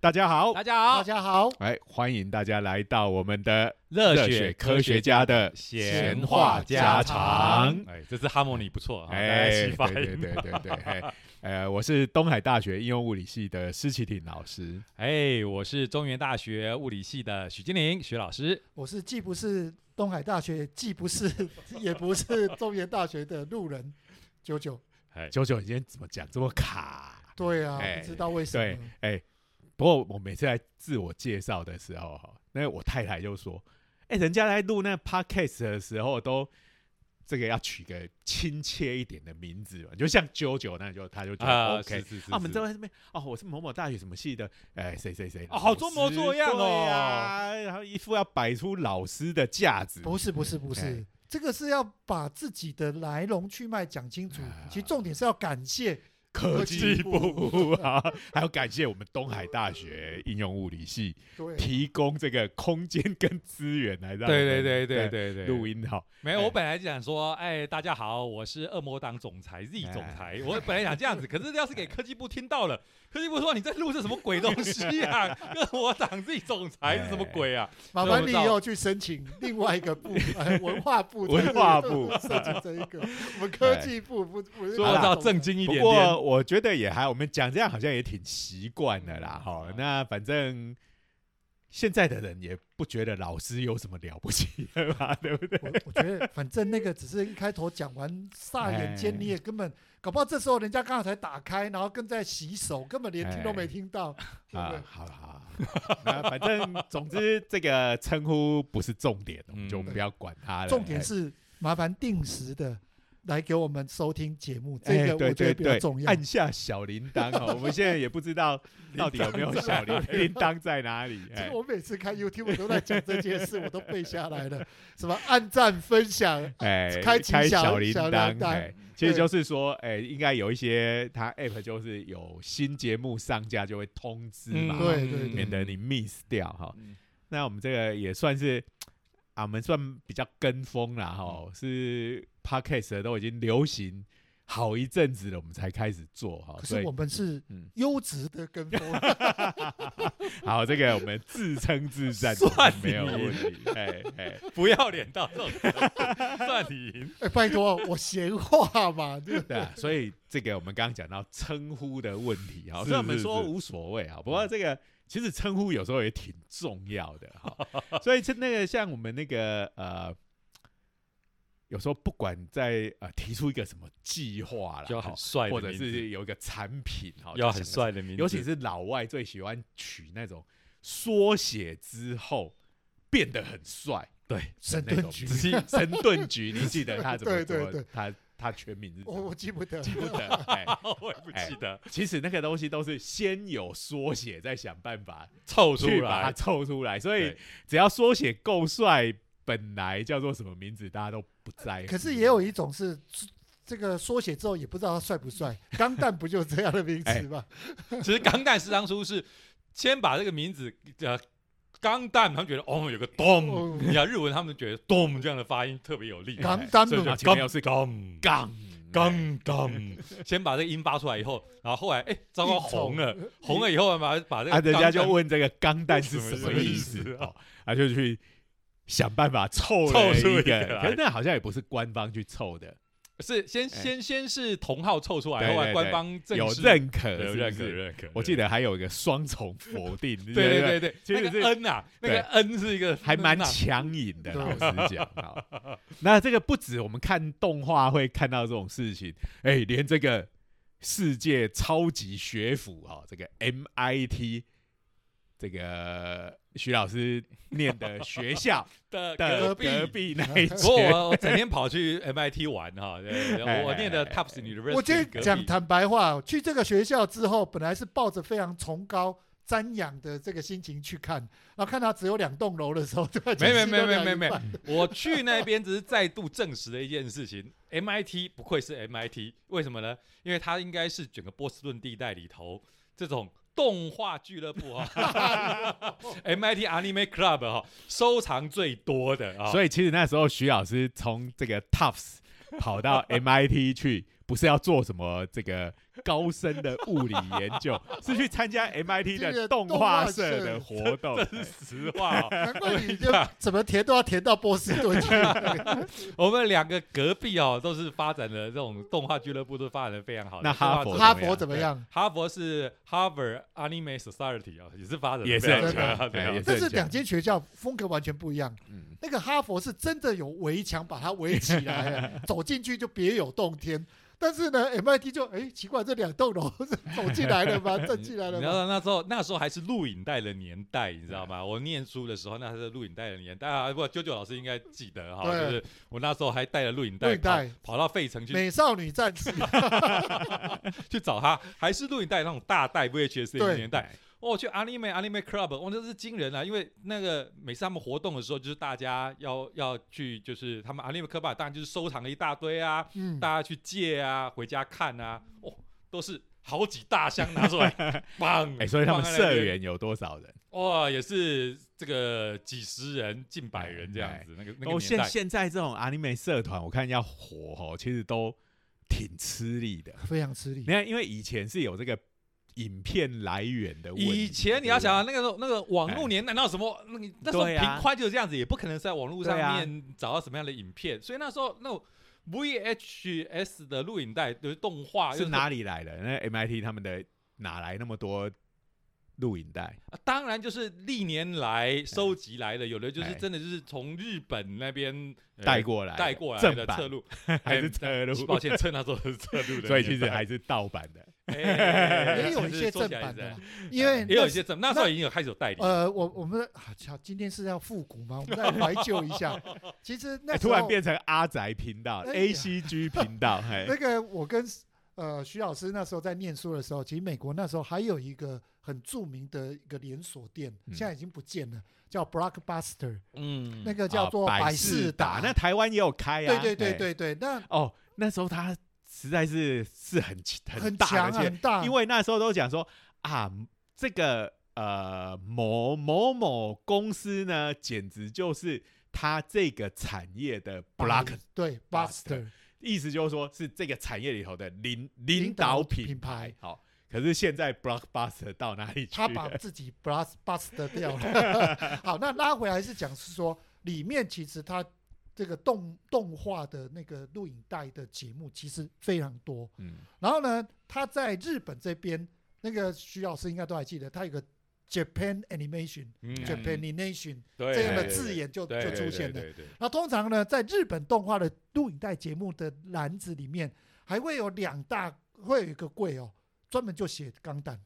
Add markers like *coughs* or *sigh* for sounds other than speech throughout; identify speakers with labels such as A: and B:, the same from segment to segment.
A: 大家好，
B: 大家好，
C: 大家好，
A: 哎，欢迎大家来到我们的
B: 热血科学家
A: 家的
B: 闲
C: 话家
B: 常。哎，这次哈莫尼不错，哎，
A: 哎，
B: 西
A: 对
B: 发
A: 对
B: 音。
A: 对对对， *laughs* 哎，呃，我是东海大学应用物理系的施启廷老师。
B: 哎，我是中原大学物理系的许金玲许老师。
C: 我是既不是东海大学，既不是 *laughs* 也不是中原大学的路人九九。
B: 哎，
A: 九九，你今天怎么讲这么卡？
C: 对啊，
A: 哎
C: 不知道为什
A: 对
C: 么。，
A: 哎，不过我每次来自我介绍的时候，哈，那我太太就说，哎，人家在录那 podcast 的时候都。这个要取个亲切一点的名字嘛，就像啾啾，那就他就觉得
B: 啊，
A: OK，
B: 是是是，
A: 啊，我们
B: 是
A: 都在那边哦，我是某某大学什么系的，哎，谁谁谁，
B: 啊好
A: 老师
B: 装模作样哦
A: 对啊，然后一副要摆出老师的架子，
C: 不是不是不
A: 哎
C: 是，这个是要把自己的来龙去脉讲清楚
A: 啊。
C: 其实重点是要感谢
A: 科技
C: 技
A: 部 *laughs*
C: 部
A: 啊，还要感谢我们东海大学应用物理系
C: 对
A: 提供这个空间跟资源来让
B: 对
A: 我
B: 对
A: 们
B: 对对对对，
A: 录音好，
B: 没
A: 哎
B: 有，我本来就想说，哎，大家好，我是恶魔党总裁 Z 总裁。我本来想这样子，可是要是给科技部听到了，科技部说你在录这什么鬼东西啊？恶魔党 Z 总裁是什么鬼啊？
C: 麻
B: 所以我
C: 烦你
B: 知道
C: 以后去申请另外一
A: *laughs*
C: 个部，哎文化部
A: 文化部哎
C: 申请这一个，我们科技部不不是。
B: 所以我
A: 好啦
B: 要正经一
A: 不
B: 点
A: 过
B: 点。
A: 我觉得也还，我们讲这样好像也挺习惯的啦，哈，
B: 嗯
A: 那反正。现在的人也不觉得老师有什么了不起的吧，对不对？
C: 我我觉得反正那个只是一开头讲完霎眼
A: 哎
C: 间，你也根本搞不好这时候人家刚好才打开，然后更在洗手，根本连听都没听到，对不
A: 哎啊
C: 对，？
A: 好好，好那反正总之这个称呼不是重点，我们
B: 嗯
A: 就不要管它了。
C: 重点
A: 哎
C: 是麻烦定时的来给我们收听节目，
A: 哎
C: 这个
A: 对
C: 我觉
A: 对
C: 得比较
A: 对，
C: 重要。
A: 按下小铃铛
C: *laughs*
A: 哦。我们现在也不知道到底有没有小铃铃铛在哪
C: *laughs*
A: 里。
C: 这
A: 哎
C: 个我每次看 YouTube 我都在讲这件事，我都背下来了。什么按赞、分享，
A: 哎，
C: 开启
A: 开
C: 小
A: 小铃
C: 小铃
A: 铛，
C: 铛
A: 哎，其实就是说，哎，应该有一些它 app 就是有新节目上架就会通知嘛，
B: 嗯
A: 哈
C: 对对对
A: 免得你 miss 掉哈。
B: 嗯
A: 那我们这个也算是啊，我们算比较跟风啦，哈，是 podcast 的都已经流行好一阵子了，我们才开始做哈。
C: 可
A: 所
C: 是
A: 以
C: 我们是
A: 嗯
C: 优质的跟风，
A: 好，这个我们自称自赞，
B: 算
A: 没有
B: 你
A: 问题。哎哎，
B: 不要脸到这种程度算你赢。
C: 哎，拜托我闲话嘛，对
A: *laughs*
C: 不
A: 对啊，所以这个我们刚刚讲到称呼的问题哈，
B: 是
A: 虽然我们
B: 是
A: 说
B: 是
A: 无所谓啊，不过这个其实称呼有时候也挺重要的
B: *laughs*
A: 哈。所以就那个像我们那个呃。有时候不管在呃提出一个什么计划啦，
B: 就要
A: 哈
B: 很帅的
A: 或者
B: 名字
A: 是有一个产品哈，
B: 要
A: 就想
B: 很
A: 个，
B: 帅的名字，
A: 尤其是老外最喜欢取那种缩写之后变得很帅
B: 对，
A: 的
C: 神
A: 那
C: 盾
A: 种
C: 局
A: 字。， *laughs* 神盾局，你记得他怎么
C: *laughs* 对对
A: 说
C: 对
A: 他他全名是什
C: 我
A: 么
C: 我？记不得。
A: 记不得。哎，
B: 哦我也不记得
A: 其实那个东西都是先有缩写，再想办法
B: 凑出
A: 去把它
B: 来。
A: 凑出来。所以
B: 对
A: 只要缩写够帅，本来叫做什么名字，大家都不在乎。
C: 可是也有一种是这个缩写之后也不知道他帅不帅，钢蛋不就是这样的名
A: 哎
C: 词吗？
B: *laughs* 其实钢蛋是当初是先把这个名字呃。钢蛋，他们觉得哦，有个
C: 哦
B: 咚，你看日文，他们觉得咚这样的发音特别有
A: 哎
B: 力，
C: 钢蛋
B: 所以就
C: 嘛，
A: 前面又是
B: 钢
A: 杠哎
B: 钢钢，先把这个音发出来以后，然后后来哎，糟糕，红了，红了以后，把把这个
A: 啊，人家就
B: 钢蛋
A: 问这个“钢蛋”是什么意
B: 什
A: 思
B: 么 *laughs* 意思
A: 哦，啊，就去想办法凑
B: 凑
A: 了
B: 出
A: 一
B: 一
A: 个
B: 个，来
A: 可是那好像也不是官方去凑的，
B: 是先
A: 哎
B: 先先是同号凑出
A: 对
B: 来，
A: 对
B: 后来官
A: 对
B: 方正
A: 有
B: 式
A: 认可，是
B: 对有
A: 不
B: 认可
A: 是
B: 认可，
A: 我记
B: 得
A: 得还有一个双重否
B: *laughs*
A: 定，对
B: 对对对
A: 其实
B: 对，那
A: 是
B: 个 N 啊，那
A: 对
B: 个 N 啊是一个
A: 还蛮
B: 那
A: 强硬的，
C: 对
A: 老实讲。好那这个不止我们看动画会看到这种事情，哎、连这个世界超级学府哈、哦，这个 MIT 这个徐老师念的学校
B: 的
A: 的
B: 隔壁
A: 隔壁那一
B: *laughs* 不过
A: 间，
B: 我我整天跑去 MIT 玩哈，对
A: 哎
B: 对我念的
A: 哎
B: Tufts University，
C: 我觉
B: 隔
C: 得
B: 壁
C: 讲坦白话，哦去这个学校之后，本来是抱着非常崇高、瞻仰的这个心情去看，然后看到只有两栋楼的时候，对吧？
B: 没没
C: 全系都
B: 没没
C: 两
B: 没
C: 一
B: 没
C: 半，
B: 我去那边只是再度证实了一件事情，MIT 不愧是 MIT，为什么呢？因为它应该是整个波士顿地带里头这种动画俱乐部啊
C: *laughs*
B: *laughs* 哈，MIT Anime Club 哈、收藏最多的啊、
A: 所以其实那时候徐老师从这个 Tufts 跑到 MIT 去，不是要做什么这个高深的物理研究，是去参加 MIT 的
C: 这个
A: 动
C: 动
A: 画
C: 画
A: 社
C: 社
A: 的活动。
B: 这是实话、哦。
C: 难怪你就怎么填都要填到波
B: *laughs*
C: 士顿去。
B: 我们两个隔壁哦，都是发展的这种动画俱乐部，都发展的非常好的。
A: 那哈佛
B: 动画
C: 哈
B: 怎么
C: 佛
B: 样
C: 怎么样？
B: 哈佛是 Harvard Anime Society 啊、也是发展得
A: 也是
B: 非常
C: 很
B: 强
A: 强
B: 对啊
A: 哎也是
C: 但是
A: 这样
C: 两间学校风格完全不一样。
A: 嗯，
C: 那个哈佛是真的有围墙把它围起来了，走进去就别有洞天。但是呢，MIT 就哎奇怪，这两栋楼 *laughs* 是走进来了吗？站进来了
B: 你知
C: 吗？
B: 道那时候那时候还是录影带的年代，你知道吗？我念书的时候，那还是录影带的年代啊。不，啾啾老师应该记得哈，
C: 对
B: 就是我那时候还带了录影
C: 录
B: 带
C: 影带
B: 跑跑到费城去
C: 美少女战士，
B: 去找他，还是录影带那种大带 VHS 的
C: 对
B: 年代。哦，去 Anime Anime Club，哇、哦，真是惊人啊！因为那个每次他们活动的时候，就是大家要要去，就是他们 Anime Club 啊当然就是收藏了一大堆啊，
C: 嗯，
B: 大家去借啊，回家看啊，哦，都是好几大箱拿出来，
A: *laughs*
B: 棒！
A: 哎、所以他们
B: 放在那
A: 社
B: 边
A: 员有多少人？
B: 哇，也是这个几十人、近百人这样子，那个那
A: 哦，
B: 个年
A: 现
B: 代，
A: 现在这种 anime 社团，我看要火哦，其实都挺吃力的。
C: 非常吃力
A: 你。看，因为以前是有这个影片来源的问题，
B: 以前你要想
A: 对不
B: 啊，那个时候那个网
A: 哎
B: 络年代，那什么那个那时候
A: 对啊
B: 频宽就是这样子，也不可能在网络上
A: 对啊
B: 面找到什么样的影片，所以那时候那种 VHS 的录影带就是动画，
A: 对
B: 就是
A: 哪里来的？那 MIT 他们的哪来那么多录影带？
B: 啊当然就是历年来收集来的，有的就是
A: 哎
B: 真的就是从日本那边呃
A: 带过来的，
B: 带过来
A: 正
B: 的
A: 版
B: 侧录，
A: *laughs*
B: 哎
A: 还是侧录？
B: 抱歉，趁那时候是侧录的年
A: *laughs*
B: 代，
A: 所以其实还是盗版的。 *laughs*
B: 哎
C: 也有一些正版的啦，，因为
B: 也有
C: 那
B: 一些正，那时候已经有开始有代理，
C: 呃，我我们啊，操，今天是要复古吗？我们再怀旧一下。其实那
A: 哎
C: 时
A: 突
C: 候
A: 然变成阿宅频道
C: 哎呀
A: ，ACG 频道，嘿
C: 那个我跟呃徐老师那时候在念书的时候，其实美国那时候还有一个很著名的一个连锁店，
A: 嗯
C: 现在已经不见了，叫 Blockbuster，、
B: 嗯
C: 那个
A: 啊
C: 叫做
A: 百
C: 事达。
A: 那台湾也有开啊。
C: 对对对
A: 嘿。
C: 对对，那
A: 哦，那时候他实在是是很很
C: 很
A: 大
C: 强
A: 的
C: 啊
A: 店，
C: 很大，
A: 因为那时候都讲说啊，这个呃某某某公司呢，简直就是它这个产业的 block，
C: 对
A: Buster
C: Buster
A: 意思就是说是这个产业里头的领领
C: 领
A: 导
C: 导
A: 品
C: 品牌。
A: 好，可是现在 blockbuster 到哪里去
C: 他把
A: 了？
C: 自己 bust bust
B: *laughs*
C: 掉了。好，那拉回来是讲是说，里面其实它这个动动画的那个录影带的节目其实非常多。
A: 嗯，
C: 然后呢，他在日本这边，那个徐老师应该都还记得，他有个 Japan Animation、Japanimation
B: 嗯这
C: 这样的字眼就就出现了。
B: 对对，
C: 那通常呢，在日本动画的录影带节目的篮子里面，还会有两大，会有一个柜哦，专门就写
A: *laughs*
C: 钢弹。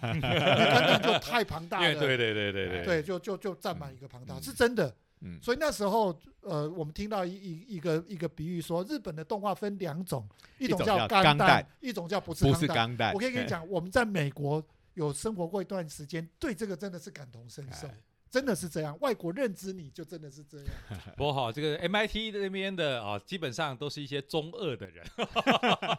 C: 钢弹就太庞大
B: 因为
C: 了，
B: 对对对对对
C: 对，就就就占满一个庞大，
A: 嗯
C: 是真的。
A: 嗯
C: 所以那时候，呃，我们听到一一一个一个比喻说，日本的动画分两种，一种
A: 种叫
C: 叫
A: 钢
C: 钢
A: 弹
C: 弹，一种叫不是
A: 不
C: 钢
A: 是
C: 弹。
A: 钢弹。哎
C: 我可以跟你
A: 嘿，
C: 讲，我们在美国有生活过一段时间，对这个真的是感同身受
A: 哎，
C: 真的是这样。外国认知你就真的是这样，
B: *laughs* 不过好，这个 MIT 那边的啊，基本上都是一些中二的人，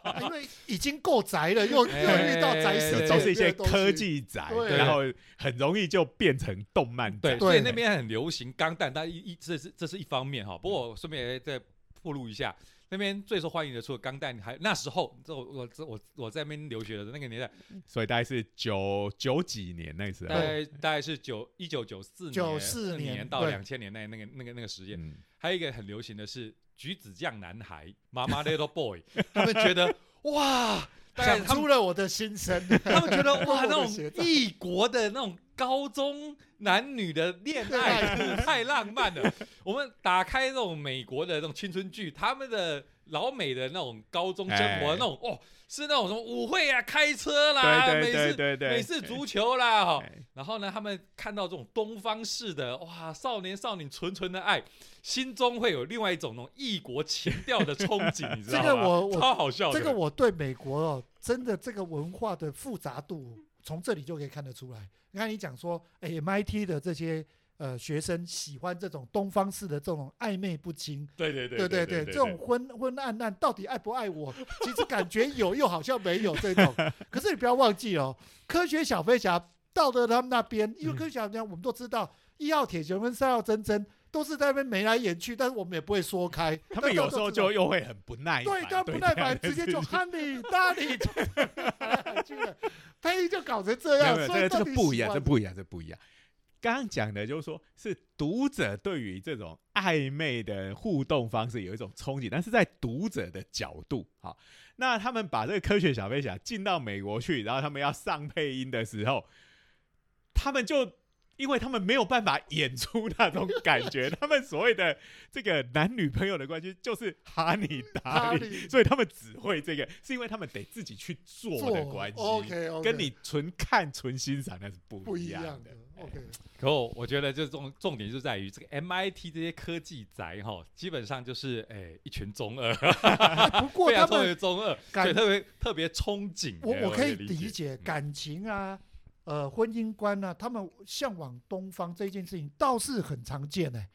C: 啊 *laughs* 因为已经够宅了，又又
B: 哎
C: 遇到宅世
B: 对
A: 有
C: 界，
A: 都是一些
C: 这个东西
A: 科。技宅，
C: 呃对
A: 然后很容易就变成动漫宅
B: 对，。 *laughs* 所以
C: 对
B: 那边很流行钢弹，但一一这是这是一方面哈。不过我顺便也再透露一下，那边最受欢迎的除了钢弹，还那时候这我我这我我在那边留学的那个年代，
A: 所以大概是九九几年那时
B: 大
A: 候。
B: 概大概是九一九九四
C: 94年
B: 年到
C: 对
B: 两千年那那个那个那个时间，
A: 嗯
B: 还有一个很流行的是橘子酱男孩妈妈 Little Boy，他们觉得哇，大概
C: 讲
B: 他们
C: 出了我的心
A: *laughs*
C: 声，
B: 他们觉得哇，那
C: 我的
B: 种
C: 学长
B: 异国的那种高中男女的恋爱真的太浪漫了。我们打开那种美国的那种青春剧，他们的老美的那种高中生活，
A: 哎
B: 那种哦，是那种什么舞会啊、开车啦、
A: 对对对
B: 美式
A: 对对
B: 美式足球啦，哈、
A: 哎
B: 然后呢，他们看到这种东方式的哇，少年少女纯纯的爱，心中会有另外一种那种异国情调的憧憬，你知道
C: 这
B: 吗？
C: 个我我
B: 超好笑的。
C: 这个我对美国哦，真的这个文化的复杂度，从这里就可以看得出来。你看你讲说，哎，MIT 的这些呃学生喜欢这种东方式的这种暧昧不清，
B: 对对对
C: 对
B: 对
C: 这种昏昏暗暗，到底爱不爱我？其实感觉有，又好像没有这种。可是你不要忘记哦，科学小飞侠到了他们那边，因为科学小飞侠我们都知道，一号铁拳跟三号真真都是在那边眉来眼去，但是我们也不会说开。
A: 他们
C: 但到
A: 有时候
C: 这种
A: 就又会很不耐烦，
C: 对，
A: 对，
C: 他不耐烦，直接就 honey daddy 就去 *laughs* 了，配音就搞成这
A: 没有
C: 样
A: 没，有，
C: 所
A: 这个
C: 以到
A: 这
C: 底
A: 个不一样，
C: 喜
A: 这
C: 欢
A: 不一样，这不一样。刚刚讲的就是说，是读者对于这种暧昧的互动方式有一种憧憬，但是在读者的角度，好，那他们把这个科学小飞侠进到美国去，然后他们要上配音的时候，他们就因为他们没有办法演出那种感觉， *laughs* 他们所谓的这个男女朋友的关系就是哈尼达
C: 哈
A: 里， *laughs*
C: 利
A: 所以他们只会这个，是因为他们得自己去做的关系。
C: OK OK，
A: 跟你纯看纯欣赏那是不
C: 哦不一
A: 一
C: 样
A: 的哎
C: 的。OK， *coughs*
B: 可我我觉得这重重点就在于这个 MIT 这些科技宅哈，基本上就是哎、一群中二，
C: 哎不
B: *laughs*
C: 过
B: 非
C: 他
B: 常特别
C: 们
B: 中二，
C: 感
B: 所以特别特别憧憬。哎
C: 我我可以
B: 的
C: 理
B: 解，
C: 解
B: 嗯
C: 感情啊，呃，婚姻观啊，他们向往东方这件事情倒是很常见呢。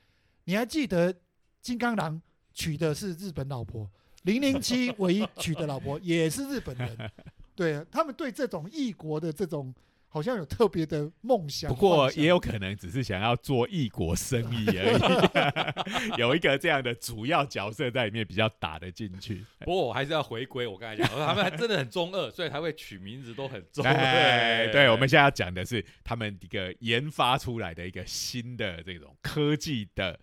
C: 你还记得金刚狼娶的是日本老婆，零零七唯一娶的老婆也是日本
A: *laughs*
C: 人，对啊他们对这种异国的这种好像有特别的梦想。
A: 不过
C: 幻想
A: 也有可能只是想要做异国生意而已，有一个这样的主要角色在里面比较打得进去。
B: 不过我还是要回归我刚才讲，他们还真的很中二，所以才会取名字都很
C: *laughs*
B: 中二。
A: 哎，对，我们现在要讲的是他们一个研发出来的一个新的这种科技的，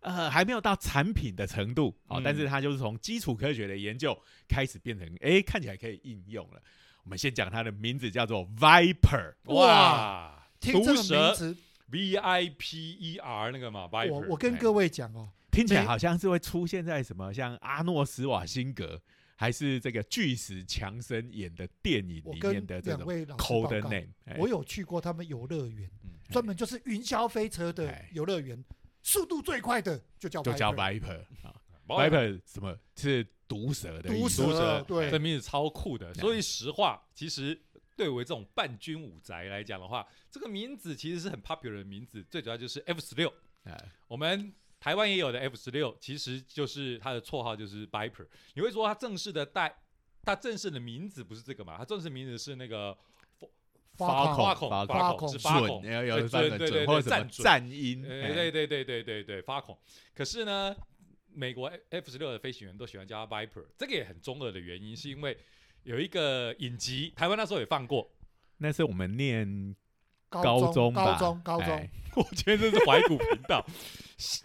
A: 呃，还没有到产品的程度哦，
B: 嗯
A: 但是它就是从基础科学的研究开始变成，哎，看起来可以应用了。我们先讲它的名字叫做 Viper，
B: 哇，
C: 听这
B: 毒
C: 个名
B: 蛇
C: 词，
B: V I P E R 那个嘛，Viper，
C: 我我跟
B: 哎
C: 各位讲哦，
A: 听起来
C: 没
A: 好像是会出现在什么像阿诺·斯瓦辛格，还是这个巨石强森演的电影
C: 我
A: 里面
C: 跟
A: 的这
C: 两
A: 种
C: 位老师
A: code
C: 报告。
A: name 哎。
C: 我有去过他们游乐园，
B: 嗯
C: 专门就是云霄飞车的
A: 哎
C: 游乐园，速度最快的就叫
A: 就叫
C: Viper
A: Viper 啊，Viper 什么是毒蛇的意思？
C: 毒
B: 毒蛇
C: 蛇，
B: 这
C: 对，
B: 名字超酷的。说句实话，其实对我这种半军武宅来讲的话，这个名字其实是很 popular 的名字，最主要就是 F 十六，
A: 哎
B: 我们。台湾也有的 F 十六，其实就是它的绰号就是 Viper。你会说它正式的代，它正式的名字不是这个嘛？它正式名字是那个
A: 发狂发
B: 八
C: 狂
B: 孔，
A: 发
B: 八
C: 孔
B: 孔是八孔
A: 准，，有有
B: 对
A: 翻成
B: 对对
A: 准，
B: 对
A: 或者什么
B: 战准
A: 战音，
C: 哎
A: 哎
B: 呃对对对对对对，发恐。可是呢，美国 F 十六的飞行员都喜欢叫它 Viper，这个也很中二的原因，是因为有一个影集，台湾那时候也放过， *laughs*
A: 那是我们念
C: 高
A: 中吧，
C: 高中，高中
A: 哎，
B: 我觉得这是怀古频道。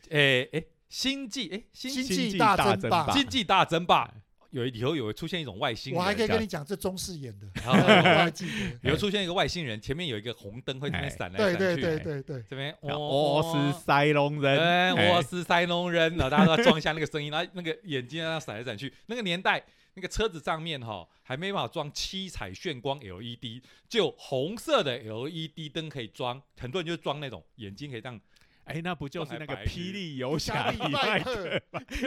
B: 诶诶，星际诶，星
C: 星
B: 际
C: 际
A: 际
C: 大
A: 大
C: 争
A: 争
C: 霸
A: 霸
B: 星际大争霸，有以后有出现一种外星人，
C: 我还可以
B: 这样
C: 跟你讲，这中饰演的，
B: 好
C: *laughs* 我还记得，
B: 有出现一个外星人，前面有一个红灯会这边
A: 哎
B: *laughs* 闪来闪
C: 对
B: 去，
C: 对对
A: 哎
C: 对对，
B: 这边
A: 哦是塞隆
B: 哎，
A: 人，
B: 我是塞农人，哦然后大家都要装一下那个声音，然后那个眼睛要闪来闪去。那个年代，那个车子上面哈、还没办法装七彩炫光 LED，就红色的 LED 灯可以装，很多人就装那种眼睛可以这样。
A: 哎，那不就是那个
B: 白
A: 霹
B: 日
A: 雳游侠
C: 里
A: 以
C: 麦
A: 外
C: 克，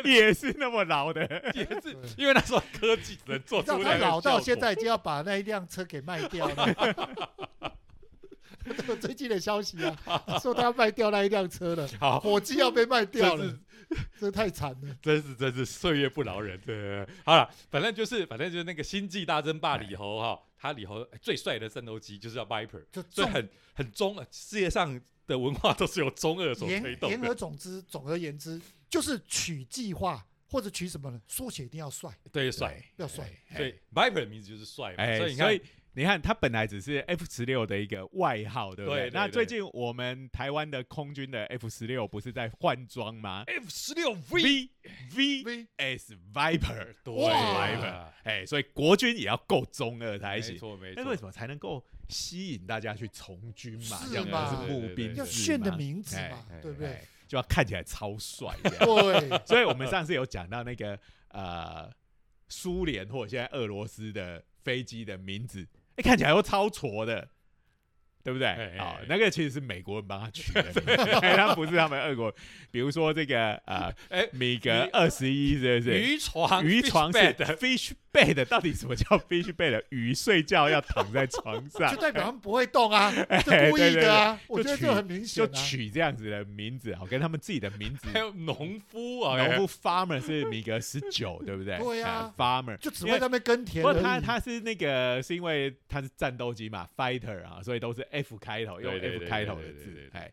A: 也是那么老的？
B: 也是
C: 对
B: 因为那时候科技只能做
C: 你知道
B: 出
C: 他
B: 那个
C: 老
B: 效
C: 到
B: 果
C: 现在已经要把那一辆车给卖掉了。 *laughs* 这个最近的消息啊，说他要卖掉那一辆车了，
B: 好，
C: 火鸡要被卖掉
B: 真
C: 了
B: 是，
C: 这太惨了。
B: 真是真是岁月不饶人。对对对，好了，反正就是反正就是那个星际大争霸里头哈、他里头最帅的战斗机就是叫 Viper，
C: 就
B: 所以
C: 重
B: 很很中，世界上的文化都是由中二所推
C: 言
B: 动
C: 言而
B: 的。
C: 总之，总而言之，就是取计划或者取什么呢？缩写一定要
A: *laughs*
C: 帅，
B: 对，帅，
C: 要帅。
A: 哎
B: 所以 Viper 的名字就是帅嘛，
A: 哎，
B: 所以你
A: 所
B: 看
A: 以。你看，它本来只是 F 十六的一个外号，对不
B: 对对
A: 那
B: 对
A: 最近我们台湾的空军的 F 十六不是在换装吗
B: F 十六 V，
A: ？V V
C: V
A: S Viper，
B: 对
C: 哇
B: 啊，
A: 哎，所以国军也要够中二才
B: 没
A: 行。
B: 错没
A: 那为
B: 错
A: 什，么才能够吸引大家去从军嘛？
C: 是
A: 这样
C: 嘛
A: 不是募兵制嘛
C: 要
B: 对
C: 炫的名字
A: 哎
C: 嘛，
B: 哎
C: 对不对？
A: 哎就要看起来超帅这样。
C: *laughs* 对，
A: 所以我们上次有讲到那个呃，苏联或者现在俄罗斯的飞机的名字，哎、看起来都超矬的，对不对？啊
B: 哎、哎哎
A: 那个其实是美国人帮他取的名字，哎他不是他们俄国。比如说这个呃，
B: 哎
A: 米格二十一是不是？
B: 渔床
A: 渔床是嗯
B: fishbed
A: fish bed，到底什么叫 fish bed？鱼睡觉要躺在床上
C: *laughs* 就，代表他们不会
A: *laughs*
C: 动啊，这故意的啊。我
A: 哎对对对
C: 觉得
A: 就
C: 这很明
A: 就
C: 显啊。
A: 取这样子的名字，好，哦跟他们自己的名字
B: *laughs* 还有农夫啊，
A: 农夫 farmer 是米格十九，对不对？呃
C: 对啊
A: ，farmer
C: 就只
A: 因
C: 会
A: 为
C: 在那边耕田
A: 不过
C: 而已。
A: 他他是那个是因为他是战斗机嘛，fighter 啊，所以都是 F 开头，用
B: 对对
A: F
B: 对
A: 开头的
B: 对对对
A: 字
B: 对，对
A: 哎，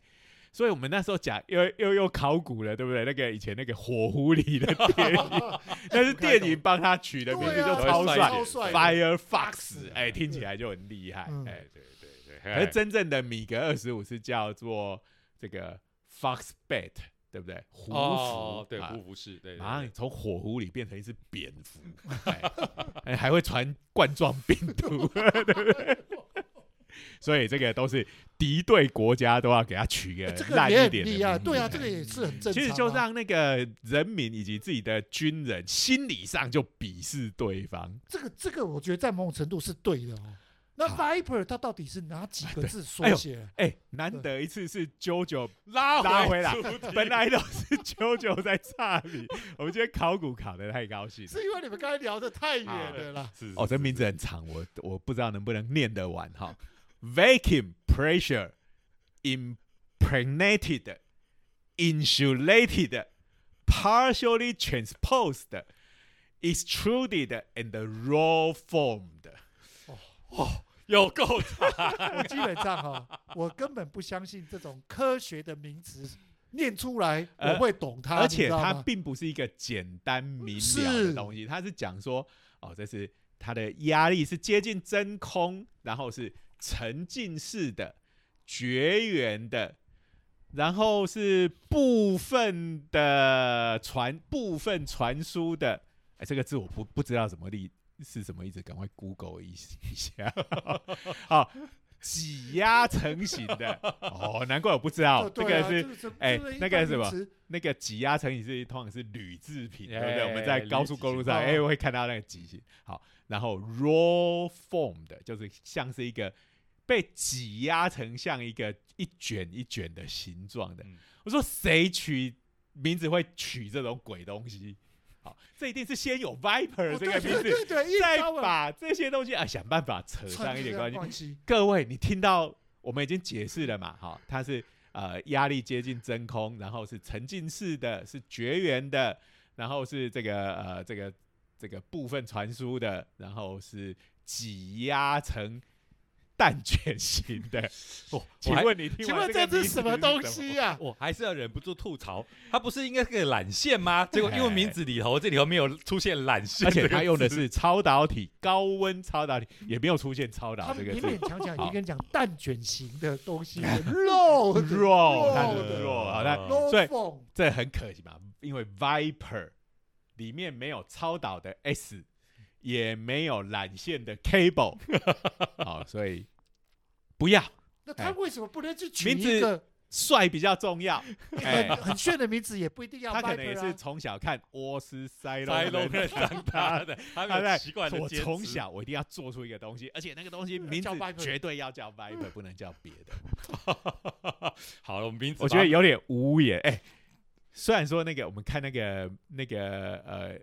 A: 所以我们那时候讲又又又考古了，对不对？那个以前那个火狐狸的电
C: *laughs*
A: 影，但是电影帮他取的名字
C: 对
A: 就
C: 啊，
A: 超
B: 帅
A: 帅
C: 超帅的
A: ，Fire Fox，
C: Fox，
A: 哎，听起来就很厉害，
C: 嗯
A: 哎，对对对。可
B: 哎
A: 是真正的米格二十五是叫做这个 Fox Bet，对不对？胡
B: 哦
A: 服，，
B: 对，
A: 啊
B: 胡服是，对，对
A: 啊，
B: 对
A: 你从火狐里变成一只蝙
C: *laughs*
A: 蝠，哎 *laughs* 哎，还会传冠状病
C: *laughs*
A: 毒，对不对？所以这个都是敌对国家都要给他取个
C: 哎这
A: 呃烂
C: 个也
A: 一
C: 很
A: 点的名
C: 厉
A: 字、哎
C: 害，对啊，这个也是很正常啊。
A: 其实就让那个人民以及自己的军人心理上就鄙视对方。
C: 这个这个，我觉得在某种程度是对的哦。那
A: 好
C: Viper 它到底是哪几个
A: *laughs*
C: 字
A: 哎
C: 缩
A: 呦
C: 写？
A: 哎、难得一次是
C: *laughs*
A: JoJo
B: 拉
A: 拉
B: 回
A: 回来
B: 主题，
A: 本来都是 JoJo 在差你，我们今天考古考的太高兴了。
C: 是因为你们刚才聊的太远了啦。
B: 是
A: 哦，这名字很长，我我不知道能不能念得完哈。Vacuum pressure impregnated insulated partially transposed extruded and raw formed。
B: 有够长，
C: *laughs* 我基本上哈、我根本不相信这种科学的名词念出来
A: 呃
C: 我会懂它，
A: 而
C: 你知
A: 且
C: 道
A: 它
C: 吗
A: 并不是一个简单明了的
C: 是
A: 东西，它是讲说，哦，这是它的压力是接近真空，然后是沉浸式的、绝缘的，然后是部分的传部分传输的，哎，这个字我不不知道怎么立是什么意思，赶快 Google 一一下， *laughs* 好。挤压成型的哦，难怪我不知道，这
C: 对
A: 个
C: 啊
A: 是
C: 这个
A: 哎
C: 这一
A: 那
C: 般
A: 个是什
C: 名
A: 么
C: 词
A: 那个挤压成型是通常是铝制品，对不对？
B: 哎
A: 我们在高速公路上，
C: 铝制
A: 哎、
C: 品
A: 会看到那个挤型。好，然后 raw form 的，就是像是一个被挤压成像一个一卷一卷的形状的。
B: 嗯
A: 我说谁取名字会取这种鬼东西？好，这一定是先有 viper
C: 哦
A: 这个
C: 对
A: 名
C: 对
A: 字，
C: 对对，一
A: 再
C: 刀啊
A: 把这些东西啊想办法扯
C: 扯
A: 上一点关系。
C: 关系。
A: 各位，你听到我们已经解释了嘛？哈，它是呃压力接近真空，然后是沉浸式的，是绝缘的，然后是这个呃这个这个部分传输的，然后是挤压成蛋卷型 *laughs* 的。
B: 哦
A: *laughs* 请问你听
C: 请
A: 完
C: 问
A: 这
C: 这
A: 个名
C: 是
A: 字是
C: 什
B: *laughs*
C: 么东西呀、
B: 我还是要忍不住吐槽，它不是应该是个缆线吗？结果英文名字里头，这里头没有出现缆
A: 什
B: 线
A: 哎么？而且
B: 这个字，
A: 它用的是超导体，高温超导体也没有出现超导
C: 他
A: 这
C: 们
A: 个 *laughs*
C: 勉
A: 字。
C: 勉强强
A: 好
C: 也跟你讲蛋卷型的东
A: *laughs*
C: 西，肉的
A: 肉它
C: 肉
A: 是
C: 的
A: 肉好那
C: 肉
A: 所以
C: 缝
A: 这很可惜嘛，因为 Viper 里面没有超导的 S，也没有缆线的
B: *laughs*
A: cable，好、所以不要
C: 那他
A: 哎
C: 为什么不能去取
A: 名字
C: 一个
A: 帅比较重要。哎
C: 很，很炫的名字？也不一定
A: *laughs*
C: 要
A: 他可能也
C: Viper
A: 是
C: 啊。
A: 从小看沃斯塞
B: 塞
A: 隆人
B: 隆人长大的，他
A: 他
B: 们 *laughs*
A: 在
B: 有奇怪的
A: 我
B: 坚持
A: 从小我一定要做出一个东西，而且那个东
C: *laughs*
A: 西名字
C: 叫 Viper
A: 绝对要叫 Viper，不能叫别的。
B: 好了，我们名字
A: 我觉得有点无言。哎、虽然说那个我们看那个那个呃《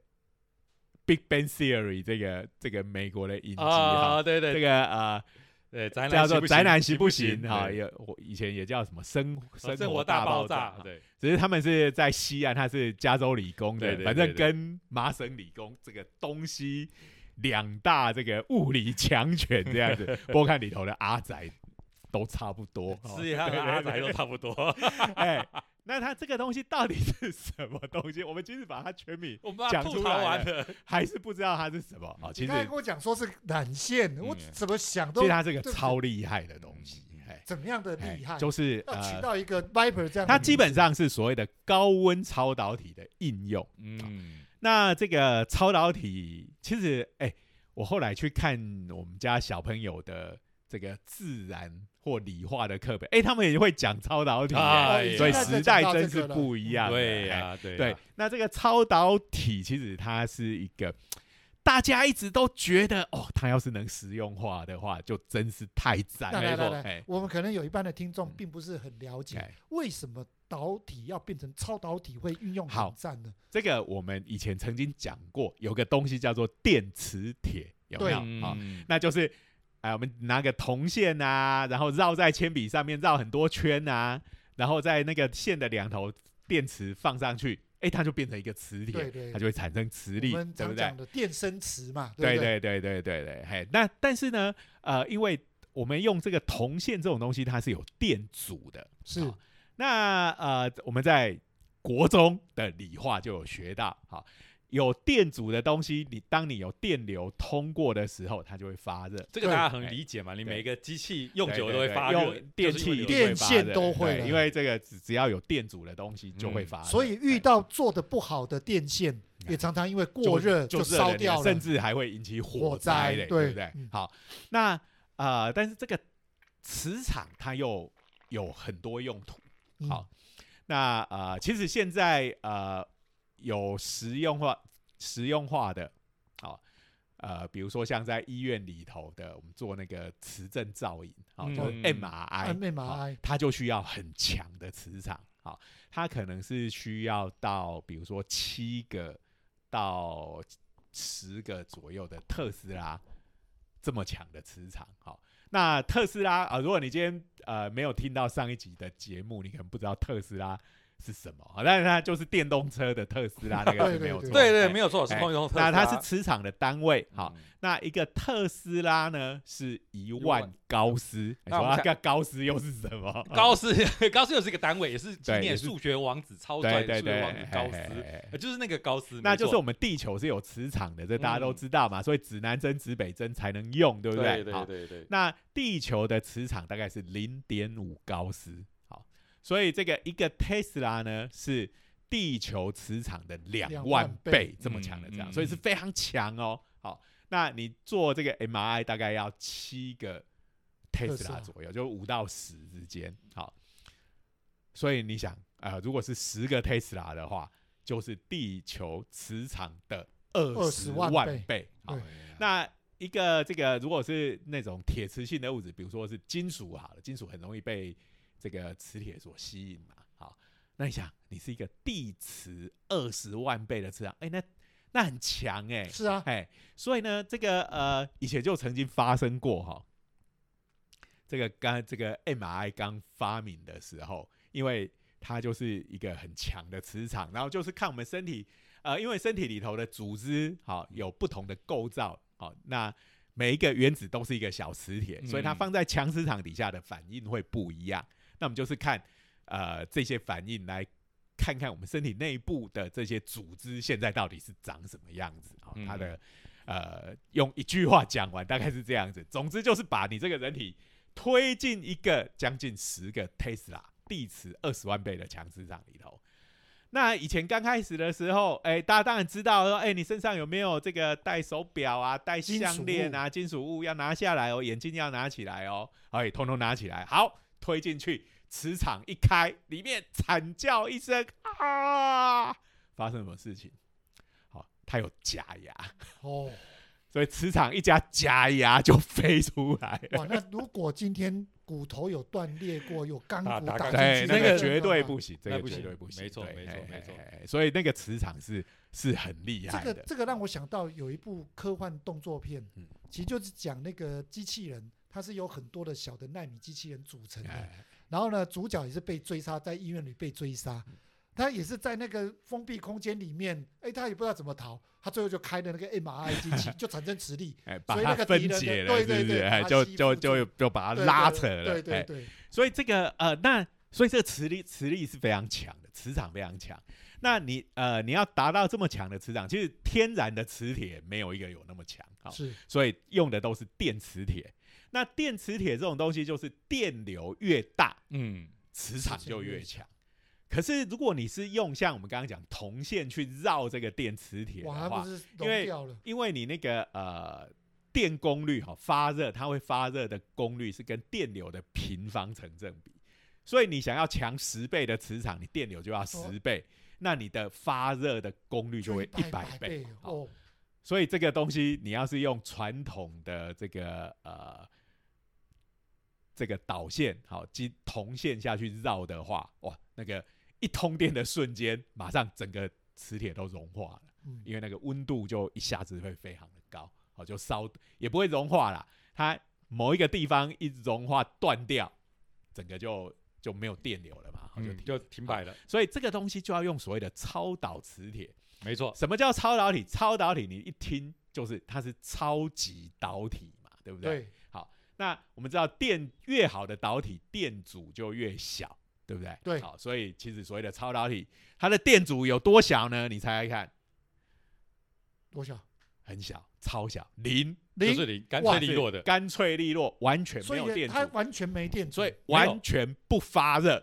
A: Big Bang Theory》这个这个美国的影集哈，
B: 啊，对对
A: 这
B: 对
A: 个呃
B: 对，宅男
A: 叫做
B: 行
A: 《
B: 不行
A: 宅男行不行》哈，
B: 对哦
A: 有我以前也叫什么生
B: 生
A: 生
B: 活
A: 大
B: 大
A: 爆
B: 爆
A: 炸
B: 炸，
A: 哈，
B: 对，
A: 只是他们是在西岸，他是加州理工的，
B: 对对
A: 反正
B: 对对
A: 跟麻省理工这个东西。两大这个物理强权这样
B: *laughs*
A: 子，不过看里头的阿宅都差不多，哈
B: 事业上的阿宅都差不多。
A: *laughs* 哎，那它这个东西到底是什么东西？我们即使把它全名
B: 我们把它
A: 讲出
B: 吐槽
A: 来
B: 完
A: 了
B: 了，
A: 还是不知道它是什么啊、哦。其实
C: 你刚才跟我讲说是缆线，我
B: 嗯
C: 怎么想
A: 其
C: 都
A: 实它是个
C: 对不
A: 超厉害的东西，哎，
C: 怎么样的
A: 哎
C: 厉害，
A: 就是
C: 要取
A: 呃，
C: 到一个 Viper 这样的名字。
A: 它基本上是所谓的高温超导体的应用。
B: 嗯，
A: 那这个超导体，其实哎，我后来去看我们家小朋友的这个自然或理化的课本，哎，他们也会讲超导体，
C: 哦
B: 啊
A: 哎
B: 哎
A: 所以
B: 现在
A: 时代真是不一样的。
B: 嗯对啊
A: 哎
B: 呀，对
A: 对
B: 呀，，
A: 那这个超导体其实它是一个，大家一直都觉得哦，它要是能实用化的话，就真是太赞
C: 来
A: 了。
C: 来
B: 没
C: 来
A: 错哎
C: 来，我们可能有一半的听众
A: 嗯
C: 并不是很了解
A: 哎，
C: 为什么导体要变成超导体会运用
A: 好
C: 引战呢？
A: 这个我们以前曾经讲过，有个东西叫做电磁铁，有没有？好、
B: 嗯
A: 那就是哎、我们拿个铜线啊，然后绕在铅笔上面绕很多圈啊，然后在那个线的两头电池放上去，哎、它就变成一个磁铁，
C: 对对
A: 它就会产生磁
C: 我
A: 力，
C: 们
A: 对不对
C: 常讲？的电生磁嘛，
A: 对
C: 不对？
A: 对对对对对，嘿，那但是呢，呃，因为我们用这个铜线这种东西，它是有电阻的，
C: 是
A: 好那呃，我们在国中的理化就有学到，好，有电阻的东西，你当你有电流通过的时候，它就会发热。
B: 这个大家很理解嘛，你每个机器用久了都会发
A: 对
B: 热
A: 对对，用电器一定
B: 电
A: 会发
C: 电
A: 热
C: 线都会
A: 对
C: 的
A: 因为这个只只要有电阻的东西就
B: 嗯
A: 会发热，
C: 所以遇到做的不好的电线，
A: 对
C: 也常常因为
A: 就
C: 过热
A: 哎就热
C: 烧掉了，
A: 甚至还会引起火
C: 火灾
A: 嘞，
C: 对
A: 不对
C: 嗯？
A: 好，那呃，但是这个磁场它又有很多用途。
C: 嗯
A: 好，那呃，其实现在呃有实用化、实用化的，好、呃，比如说像在医院里头的，我们做那个磁振造影，好、
B: 嗯
A: 就是 MRI，、
C: 按 MRI
A: 哎好它就需要很强的磁场，好、它可能是需要到比如说七个到十个左右的特斯拉这么强的磁场，好、那特斯拉啊、呃如果你今天呃没有听到上一集的节目，你可能不知道特斯拉是什么，好但是它就是电动车的特斯拉，那个是没有
B: *laughs*
A: 错，
B: 对
A: 哎
B: 对，没有错，是
A: 哎
B: 通用特斯
A: 那
B: 拉。
A: 它是磁场的单位，好，
B: 嗯
A: 那一个特斯拉呢是一万
B: 万
A: 高斯，你
B: 那我
A: 说
B: 们
A: 那
B: 看
A: 个高斯又是什么？
B: *laughs* 高斯，高斯又是一个单位，也是今
A: 对也
B: 年
A: 是
B: 数学王子超
A: 对
B: 拽
A: 对
B: 的数学
A: 对
B: 王子，高
A: 嘿嘿
B: 斯，
A: 嘿
B: 呃就是那个高斯，
A: 那
B: 没
A: 就是
B: 错
A: 我们地球是有磁场的，这大家都
B: 嗯
A: 知道嘛，所以指南针指北针才能用，对不
B: 对
A: 好
B: 对对对，
A: 那地球的磁场大概是零点五高斯，好，所以这个一个 Tesla 呢是地球磁场的两
C: 两
A: 万
C: 万
A: 倍
C: 倍
A: 这么强的这样，
B: 嗯嗯
A: 所以是
B: 嗯
A: 非常强哦。好，那你做这个 MRI 大概要七个 Tesla
C: Tesla
A: 左右，就五到十之间。好，所以你想，呃，如果是十个 Tesla 的话，就是地球磁场的二十
C: 20万
A: 万
C: 倍
A: 倍。好
C: 对，
B: 啊
A: 那一个这个如果是那种铁磁性的物质，比如说是金属好了，金属很容易被这个磁铁所吸引嘛。好，那你想，你是一个地磁二十万倍的磁场，哎、那那很强哎、
C: 是啊，
A: 哎，所以呢，这个呃，以前就曾经发生过哈、这个刚这个 MRI 刚发明的时候，因为它就是一个很强的磁场，然后就是看我们身体，呃，因为身体里头的组织好、有不同的构造，好、那每一个原子都是一个小磁铁，所以它
B: 嗯
A: 放在强磁场底下的反应会不一样。那我们就是看呃这些反应来看看我们身体内部的这些组织现在到底是长什么样子啊、哦
B: 嗯
A: 它的呃，用一句话讲完大概是这样子。总之就是把你这个人体推进一个将近十个 Tesla 地磁二十万倍的强磁场里头。那以前刚开始的时候，哎、大家当然知道说，哎、你身上有没有这个戴手表啊、戴项链啊、金属物要拿下来哦，眼镜要拿起来哦，哎，通通拿起来，好，推进去，磁场一开，里面惨叫一声啊，发生什么事情？好，它有假牙，
C: 哦，
A: 所以磁场一加假牙就飞出来了。
C: 哇，那如果今天骨头有断裂过，有钢
B: 打
C: 骨
B: 打钢
C: 打进
A: 对，
C: 去，
A: 那
C: 真
A: 个
C: 的
A: 绝
C: 吗
A: 对不行，这
B: 那
A: 个
B: 不
A: 绝
B: 行
A: 对不行，
B: 没错
A: 对
B: 没错
A: 嘿
B: 没错
A: 嘿嘿所以那个磁场是是很厉
C: 这
A: 害
C: 个
A: 的，
C: 这个让我想到有一部科幻动作片，
A: 嗯
C: 其实就是讲那个机器人，它是由很多的小的纳米机器人组成的。
A: 哎
C: 然后呢，主角也是被追杀，在医院里被追杀，
A: 嗯
C: 他也是在那个封闭空间里面，哎，他也不知道怎么逃，他最后就开了那个 MRI
A: *laughs*
C: 机器，就产生磁力，
A: 哎，把
C: 所以
A: 它
C: 那个
A: 分
C: 敌人
A: 解
C: 的
A: 了，
C: 对
A: 是不
C: 对
A: 是？
C: 对
A: 哎，
C: 把它
A: 就
C: 吸
A: 就
C: 附
A: 就就把它
C: 对
A: 拉
C: 对
A: 扯了，
C: 对对
A: 哎
C: 对，
A: 所以这个呃，那所以这个磁力磁力是非常强的，磁场非常强。那你呃，你要达到这么强的磁场，其实天然的磁铁没有一个有那么强啊、好
C: 是
A: 所以用的都是电磁铁。那电磁铁这种东西，就是电流越大，
B: 嗯，
A: 磁场
C: 磁场
A: 就
C: 越
A: 越强。可是如果你是用像我们刚刚讲铜线去绕这个电磁铁的
C: 哇，他
A: 话
C: 不，是
A: 因为
C: 融掉了，
A: 因为你那个呃电功率哈、发热它会发热的功率是跟电流的平方成正比，所以你想要强十倍的磁场，你电流就要十倍，那你的发热的功率就会一百
C: 百
A: 倍。好
C: 哦，
A: 所以这个东西你要是用传统的这个呃这个导线好金铜线下去绕的话，哇，那个一通电的瞬间，马上整个磁铁都融化了。
C: 嗯，
A: 因为那个温度就一下子会非常的高，好就烧也不会融化啦，它某一个地方一融化断掉，整个就就没有电流了嘛，好就
B: 嗯
A: 停
B: 就停摆了，
A: 所以这个东西就要用所谓的超导磁铁。
B: 没错，
A: 什么叫超导体？超导体你一听就是它是超级导体嘛，对不对？
C: 对，
A: 那我们知道电越好的导体，电阻就越小，对不对？
C: 对
A: 好，所以其实所谓的超导体，它的电阻有多小呢？你猜猜看，
C: 多小？
A: 很小，超小，零，
B: 就
C: 零，
B: 是零，干
C: 哇
B: 脆利落的，
A: 干脆利落，完全
C: 所
A: 没有
C: 以
A: 电
C: 它
A: 阻，
C: 完全没电阻。
A: 所以
B: 没有
A: 完全不发热。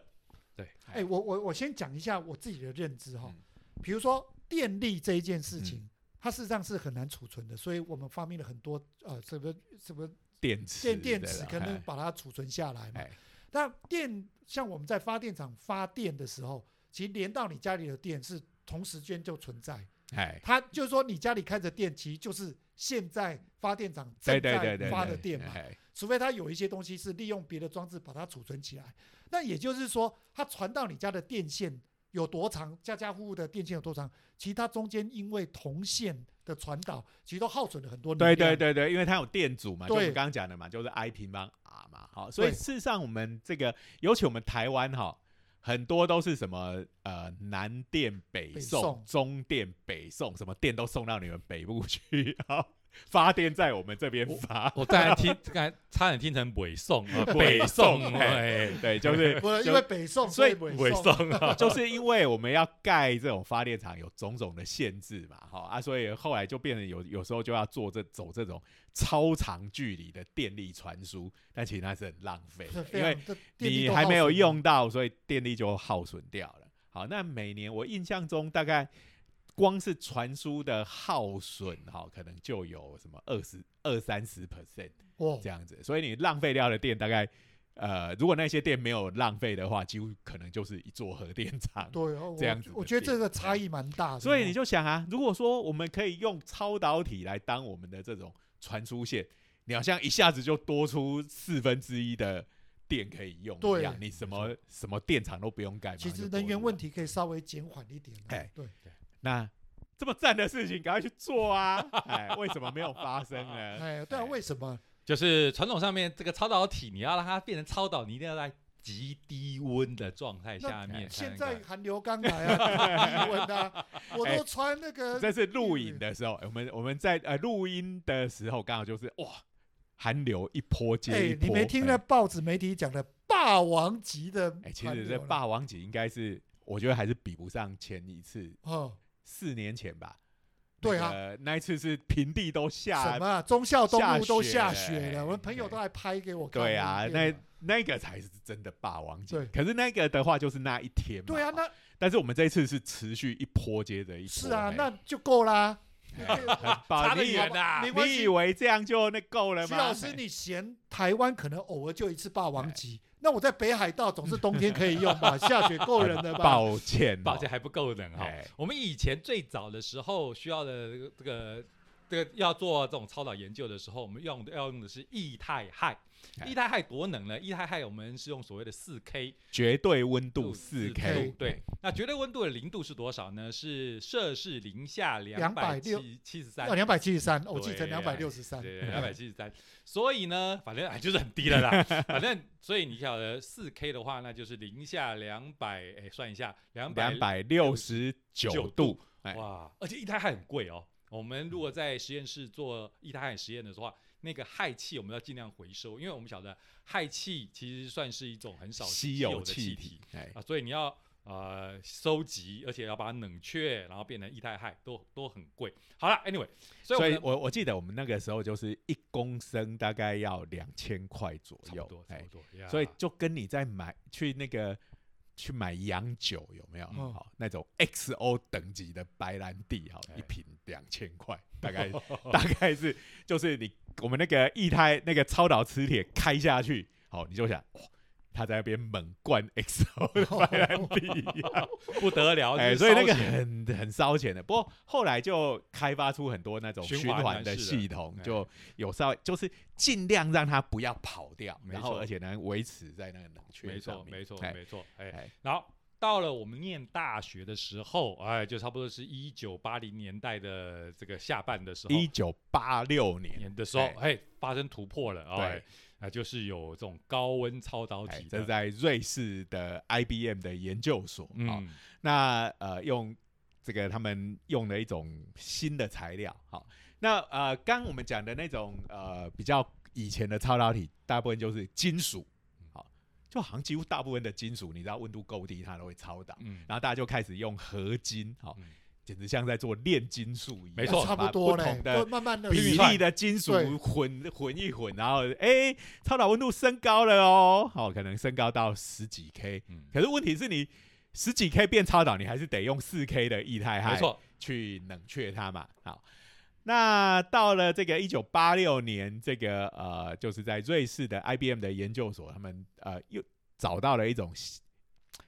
B: 对，
C: 哎、我我我先讲一下我自己的认知哈、
A: 嗯
C: 比如说电力这一件事情，它事实上是很难储存的，所以我们发明了很多呃什么什么
A: 电池，
C: 电电池，
A: 对
C: 可
A: 啦
C: 能把它储存下来嘛
A: 哎。
C: 但电像我们在发电厂发电的时候，其实连到你家里的电是同时间就存在，
A: 哎，
C: 它就是说你家里开着电，其实就是现在发电厂
A: 对
C: 正
A: 对对
C: 在
A: 对，
C: 发的
A: 对
C: 电嘛。
A: 哎
C: 除非它有一些东西是利用别的装置把它储存起来。那也就是说，它传到你家的电线有多长，家家户户的电线有多长，其实它中间因为铜线的传导，其实都耗损了很多能
A: 对
C: 量。
A: 对对对，因为它有电阻嘛，就我们
C: 对
A: 刚刚讲的嘛，就是 I 平方 R 嘛，好，所以
C: 对
A: 事实上我们这个，尤其我们台湾哈，很多都是什么呃南电北
C: 北
A: 送、
C: 送
A: 中电北送，什么电都送到你们北部去， *laughs* 然后发电在我们这边发，
B: 我刚才听，刚才差点听成北宋啊，
A: 北
B: 北
A: 宋
B: 宋
A: 哎
B: 哎，
A: 对，
C: *laughs*
A: 就是
C: 不是
A: 就
C: 因为北宋，
A: 所以
C: 北
B: 北宋啊，
A: 就是因为我们要盖这种发电厂有种种的限制嘛，哈啊，所以后来就变成有有时候就要做这走这种超长距离的电力传输，但其实那是很浪费的，因为你还没有用，到，所以电力就耗损掉了。好，那每年我印象中大概光是传输的耗损，哈，可能就有什么二十二三十 percent
C: 哇
A: 这，样子，所以你浪费掉的电大概。呃，如果那些电没有浪费的话，几乎可能就是一座核电厂。
C: 对，哦
A: 这样子的
C: 我我觉得
A: 电
C: 这个差异蛮大的。哦
A: 所以你就想啊，如果说我们可以用超导体来当我们的这种传输线，你好像一下子就多出四分之一的电可以用一
C: 对
A: 样，你什么什么电厂都不用盖嘛。
C: 其实
A: 就多
C: 能源
A: 出
C: 问题可以稍微减缓一点啊。
A: 哎
C: 对，
A: 那这么赞的事情，赶快去做啊！ *laughs* 哎，为什么没有发生呢？
C: *laughs* 哎，对
A: 哎
C: 啊，为什么？
B: 就是传统上面这个超导体，你要让它变成超导，你一定要在极低温的状态下面才
C: 现
B: 能干。
C: 在寒流刚来
A: *laughs*
C: 啊，低温啊，我
A: 哎
C: 都穿那个
A: 这是录影的时候，我们我们在呃录音的时候，刚好就是哇，寒流一波接一
C: 哎，
A: 波。
C: 你没听
A: 哎
C: 那报纸媒体讲的霸王级的
A: 哎、其
C: 寒流
A: 实
C: 了？
A: 这霸王级应该是，我觉得还是比不上前一次，
C: 哦，
A: 四年前吧。
C: 对啊
A: 那个那一次是平地都
C: 什
A: 下
C: 么，啊中孝东路都
A: 下
C: 下
A: 雪
C: 雪
A: 哎
C: 了，我们朋友都还拍给我看影
A: 对
C: 片
A: 啊
C: 啊。，
A: 那那个才是真的霸王级
C: 对。
A: 可是那个的话，就是那一天嘛。
C: 对啊，
A: 哦
C: 那
A: 但是我们这一次是持续一波接着一波。哎
C: 是啊
A: 嘿，
C: 那就
A: *laughs*
C: 够啦。
A: 很棒
B: 差得
A: 你以
B: 远啊
C: 没关
A: 你
C: 系
A: 以为这样就那够了
C: 徐
A: 吗？
C: 老师，你嫌台湾可能偶尔就一次霸王
A: 哎
C: 级，那我在北海道总是冬天可以用
A: *laughs*
C: 吧？下雪够人了吧？
A: 抱歉哦，
B: 抱歉还不够冷哈、
A: 哎
B: 我们以前最早的时候需要的这个这个这个要做这种超导研究的时候，我们用的要用的是液态氦
A: 哎。
B: 液态氦多冷呢？液态氦我们是用所谓的四 K
A: 绝对温度哎四
B: 4
A: K，
B: 对，，那绝对温度的零度是多少呢？是摄氏零下两百
C: 260
B: 七七十三
C: 要。两百七十三，我记
B: 对
C: 成两百六十三。
B: 对，两百七十三。所以呢，反正哎就是很低了啦。反正所以你晓得四 K 的话，那就是零下两百，哎，算一下，两百
A: 两百六十九度，哎
B: 哇！而且液态氦很贵哦。我们如果在实验室做液态氦实验的话，那个氦气我们要尽量回收，因为我们晓得氦气其实算是一种很少
A: 稀
B: 有
A: 有
B: 的气
A: 气
B: 体
A: 体，哎，
B: 啊，所以你要呃收集，而且要把它冷却，然后变成液态氦，都都很贵。好了，anyway，所以我
A: 所
B: 们
A: 以我我记得我们那个时候就是一公升大概要两千块左
B: 差
A: 右
B: 不多，，啊差
A: 哎
B: 不，多呀，
A: 所以就跟你在买去那个去买洋酒有没有？
C: 嗯
A: 好，那种 XO 等级的白兰地，好，
B: 哎
A: 一瓶两千块，大
B: *laughs*
A: 概大概是就是你我们那个液态那个超导磁铁开下去，好，你就想哇。他在那边猛灌 XO 的白兰
B: *laughs*
A: 地、 *laughs*
B: 不得了，
A: 哎，
B: 哦就
A: 所以
B: 是
A: 那
B: 烧
A: 个
B: 钱
A: 很很烧钱的。不过后来就开发出很多那种
B: 循
A: 循
B: 环
A: 环的
B: 式的
A: 系统，
B: 哎
A: 就有稍微就是尽量让它不要跑掉，
B: 没
A: 然后
B: 错
A: 而且能维持在那个冷 *laughs* 却
B: 没
A: 上
B: 错，
A: 面。
B: 没错，
A: 哎
B: 没错。
A: 哎
B: 哎，然后到了我们念大学的时候，哎，就差不多是一九八零年代的这个下半的时候，
A: 一九八六年，
B: 年的时候
A: 哎，
B: 哎，发生突破了，哎
A: 对，
B: 啊，就是有这种高温超导
A: 哎
B: 体，
A: 这是
B: 的，
A: 在瑞士的 IBM 的研究所。哦好，
B: 嗯，
A: 那呃，用这个他们用了一种新的材料。好，那呃，刚我们讲的那种呃比较以前的超导体，大部分就是金属。好，就好像几乎大部分的金属，你知道温度够低，它都会超导，
B: 嗯，
A: 然后大家就开始用合金，好、
B: 嗯
A: 简直像在做炼金术一样，
B: 没错
C: 差不
A: 把
C: 多
A: 不
C: 嘞
A: 同，的
C: 都慢慢的
A: 比例的金属
C: 对
A: 混混一混，然后哎，超导温度升高了哦，好、可能升高到十几 K，
B: 嗯
A: 可是问题是你十几 K 变超导，你还是得用四 K 的液态氦，
B: 没错，
A: 去冷却它嘛。好，那到了这个一九八六年，这个呃，就是在瑞士的 IBM 的研究所，他们呃又找到了一种新，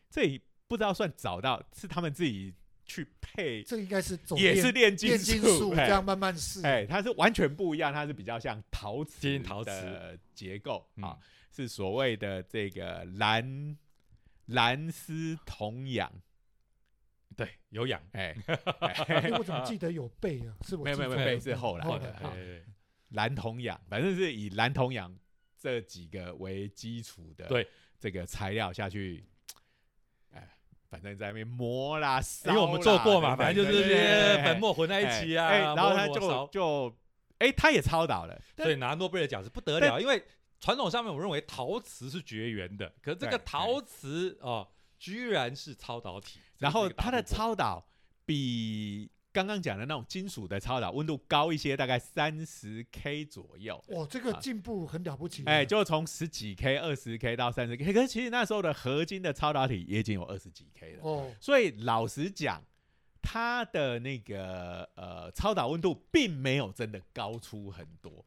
A: 这也不知道算找到，是他们自己去配，
C: 这应该是走
A: 也
C: 炼
A: 是炼金
C: 炼金术这
A: 哎
C: 样慢慢
B: 嗯
C: 试。
A: 哎，它是完全不一样，它是比较像陶瓷
B: 接近陶瓷
A: 的结构
B: 嗯
A: 啊，是所谓的这个蓝蓝丝铜氧，
B: 对，有氧，
A: 哎，
B: *laughs*
C: 哎我怎么记得有背啊？是我
A: 没有
C: 记
A: 没有
C: 错
A: 没有
C: 了
A: 背是后来
C: 后
A: 的
C: 来
A: 哦好
B: 对
C: 的
B: 对对
A: 蓝铜氧，反正是以蓝铜氧这几个为基础的，
B: 对
A: 这个材料下去，哎，反正在那边磨啦，烧
B: 哎因
A: 啦
B: 为我们做过嘛，
A: 等等
B: 反正就是这
A: 对对
B: 些
A: 对
B: 粉末混在一起啊，
A: 哎哎然后他
B: 磨磨
A: 就
B: 烧
A: 就哎，他也超导了，
B: 所以拿诺贝尔奖是不得了，因为传统上面我认为陶瓷是绝缘的，可这个
A: 对
B: 陶瓷哦，居然是超导体，
A: 然后
B: 它
A: 它的超导比刚刚讲的那种金属的超导温度高一些，大概三十 K 左右。
C: 哇，这个进步很了不起。
A: 啊
C: 啊
A: 哎，就从十几 K、二十 K 到三十 K，可是其实那时候的合金的超导体也已经有二十几 K 了。
C: 哦，
A: 所以老实讲，它的那个呃超导温度并没有真的高出很多，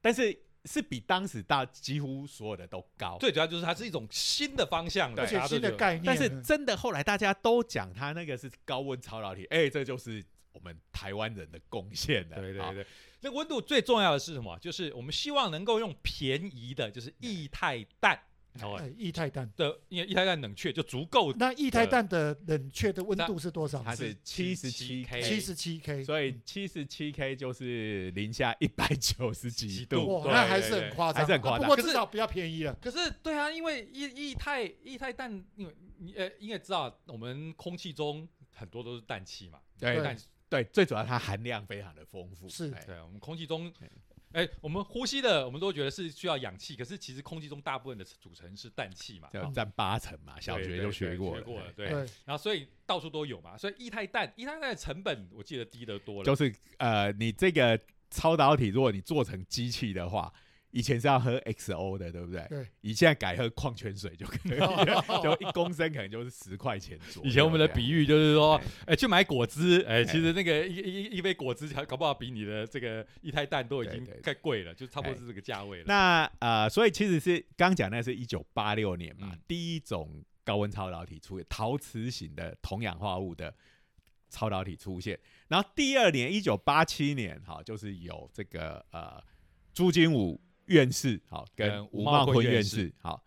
A: 但是是比当时大几乎所有的都高。
B: 最主要就是它是一种新的方向了，
C: 而且
B: 大家都
C: 新
B: 觉
C: 的
B: 得
C: 概念，
A: 但是真的后来大家都讲它那个是高温超导体，哎、这就是我们台湾人的贡献了。
B: 对
A: 啊
B: 对对，那温度最重要的是什么？就是我们希望能够用便宜的，就是液态氮哦
C: 哎液态氮，
B: 的，因为液态氮冷却就足够
C: 那液态氮的冷却的温度是多少？
A: 它是七十七 K，
C: 七十七 K，
A: 所以七十七 K 就是零下一百九十几度。
C: 嗯哇，
B: 对
C: 那还是
B: 对
C: 很夸张，
A: 还是很夸张
C: 啊不过
B: 可是
C: 至少比较便宜了。
B: 可是，对啊，因为液液态液态氮，因为你呃，应该知道我们空气中很多都是氮气嘛，
A: 对
B: 氮
A: 对，最主要它含量非常的丰富。
C: 是
A: 哎
B: 对，我们空气中
A: 对，
B: 哎，我们呼吸的，我们都觉得是需要氧气，可是其实空气中大部分的组成是氮气嘛，
A: 就占八成嘛，小
B: 对
A: 学
B: 对
A: 就
B: 对
A: 学过
B: 学过
A: 了哎
B: 了，
A: 对
B: 对然后所以到处都有嘛，所以液态氮，液态氮的成本我记得低得多了，
A: 就是呃，你这个超导体，如果你做成机器的话，以前是要喝 XO 的，对不对？
C: 对，
A: 你现在改喝矿泉水就可以
B: *laughs*
A: 了，就一公升可能就是十块钱左右。
B: 以前我们的比喻就是说，哎，去买果汁，哎，
A: 哎
B: 其实那个一一一杯果汁，搞不好比你的这个液态氮都已
A: 对
B: 经
A: 对对哎
B: 该贵了，就差不多是这个价位了。
A: 那呃，所以其实是刚讲那是一九八六年嘛，
B: 嗯
A: 第一种高温超导体出现，陶瓷型的铜氧化物的超导体出现。然后第二年一九八七年，哈，就是有这个呃朱金武院士，好跟
B: 跟吴
A: 吴
B: 茂
A: 茂
B: 坤
A: 坤
B: 院
A: 院
B: 士
A: 士，好，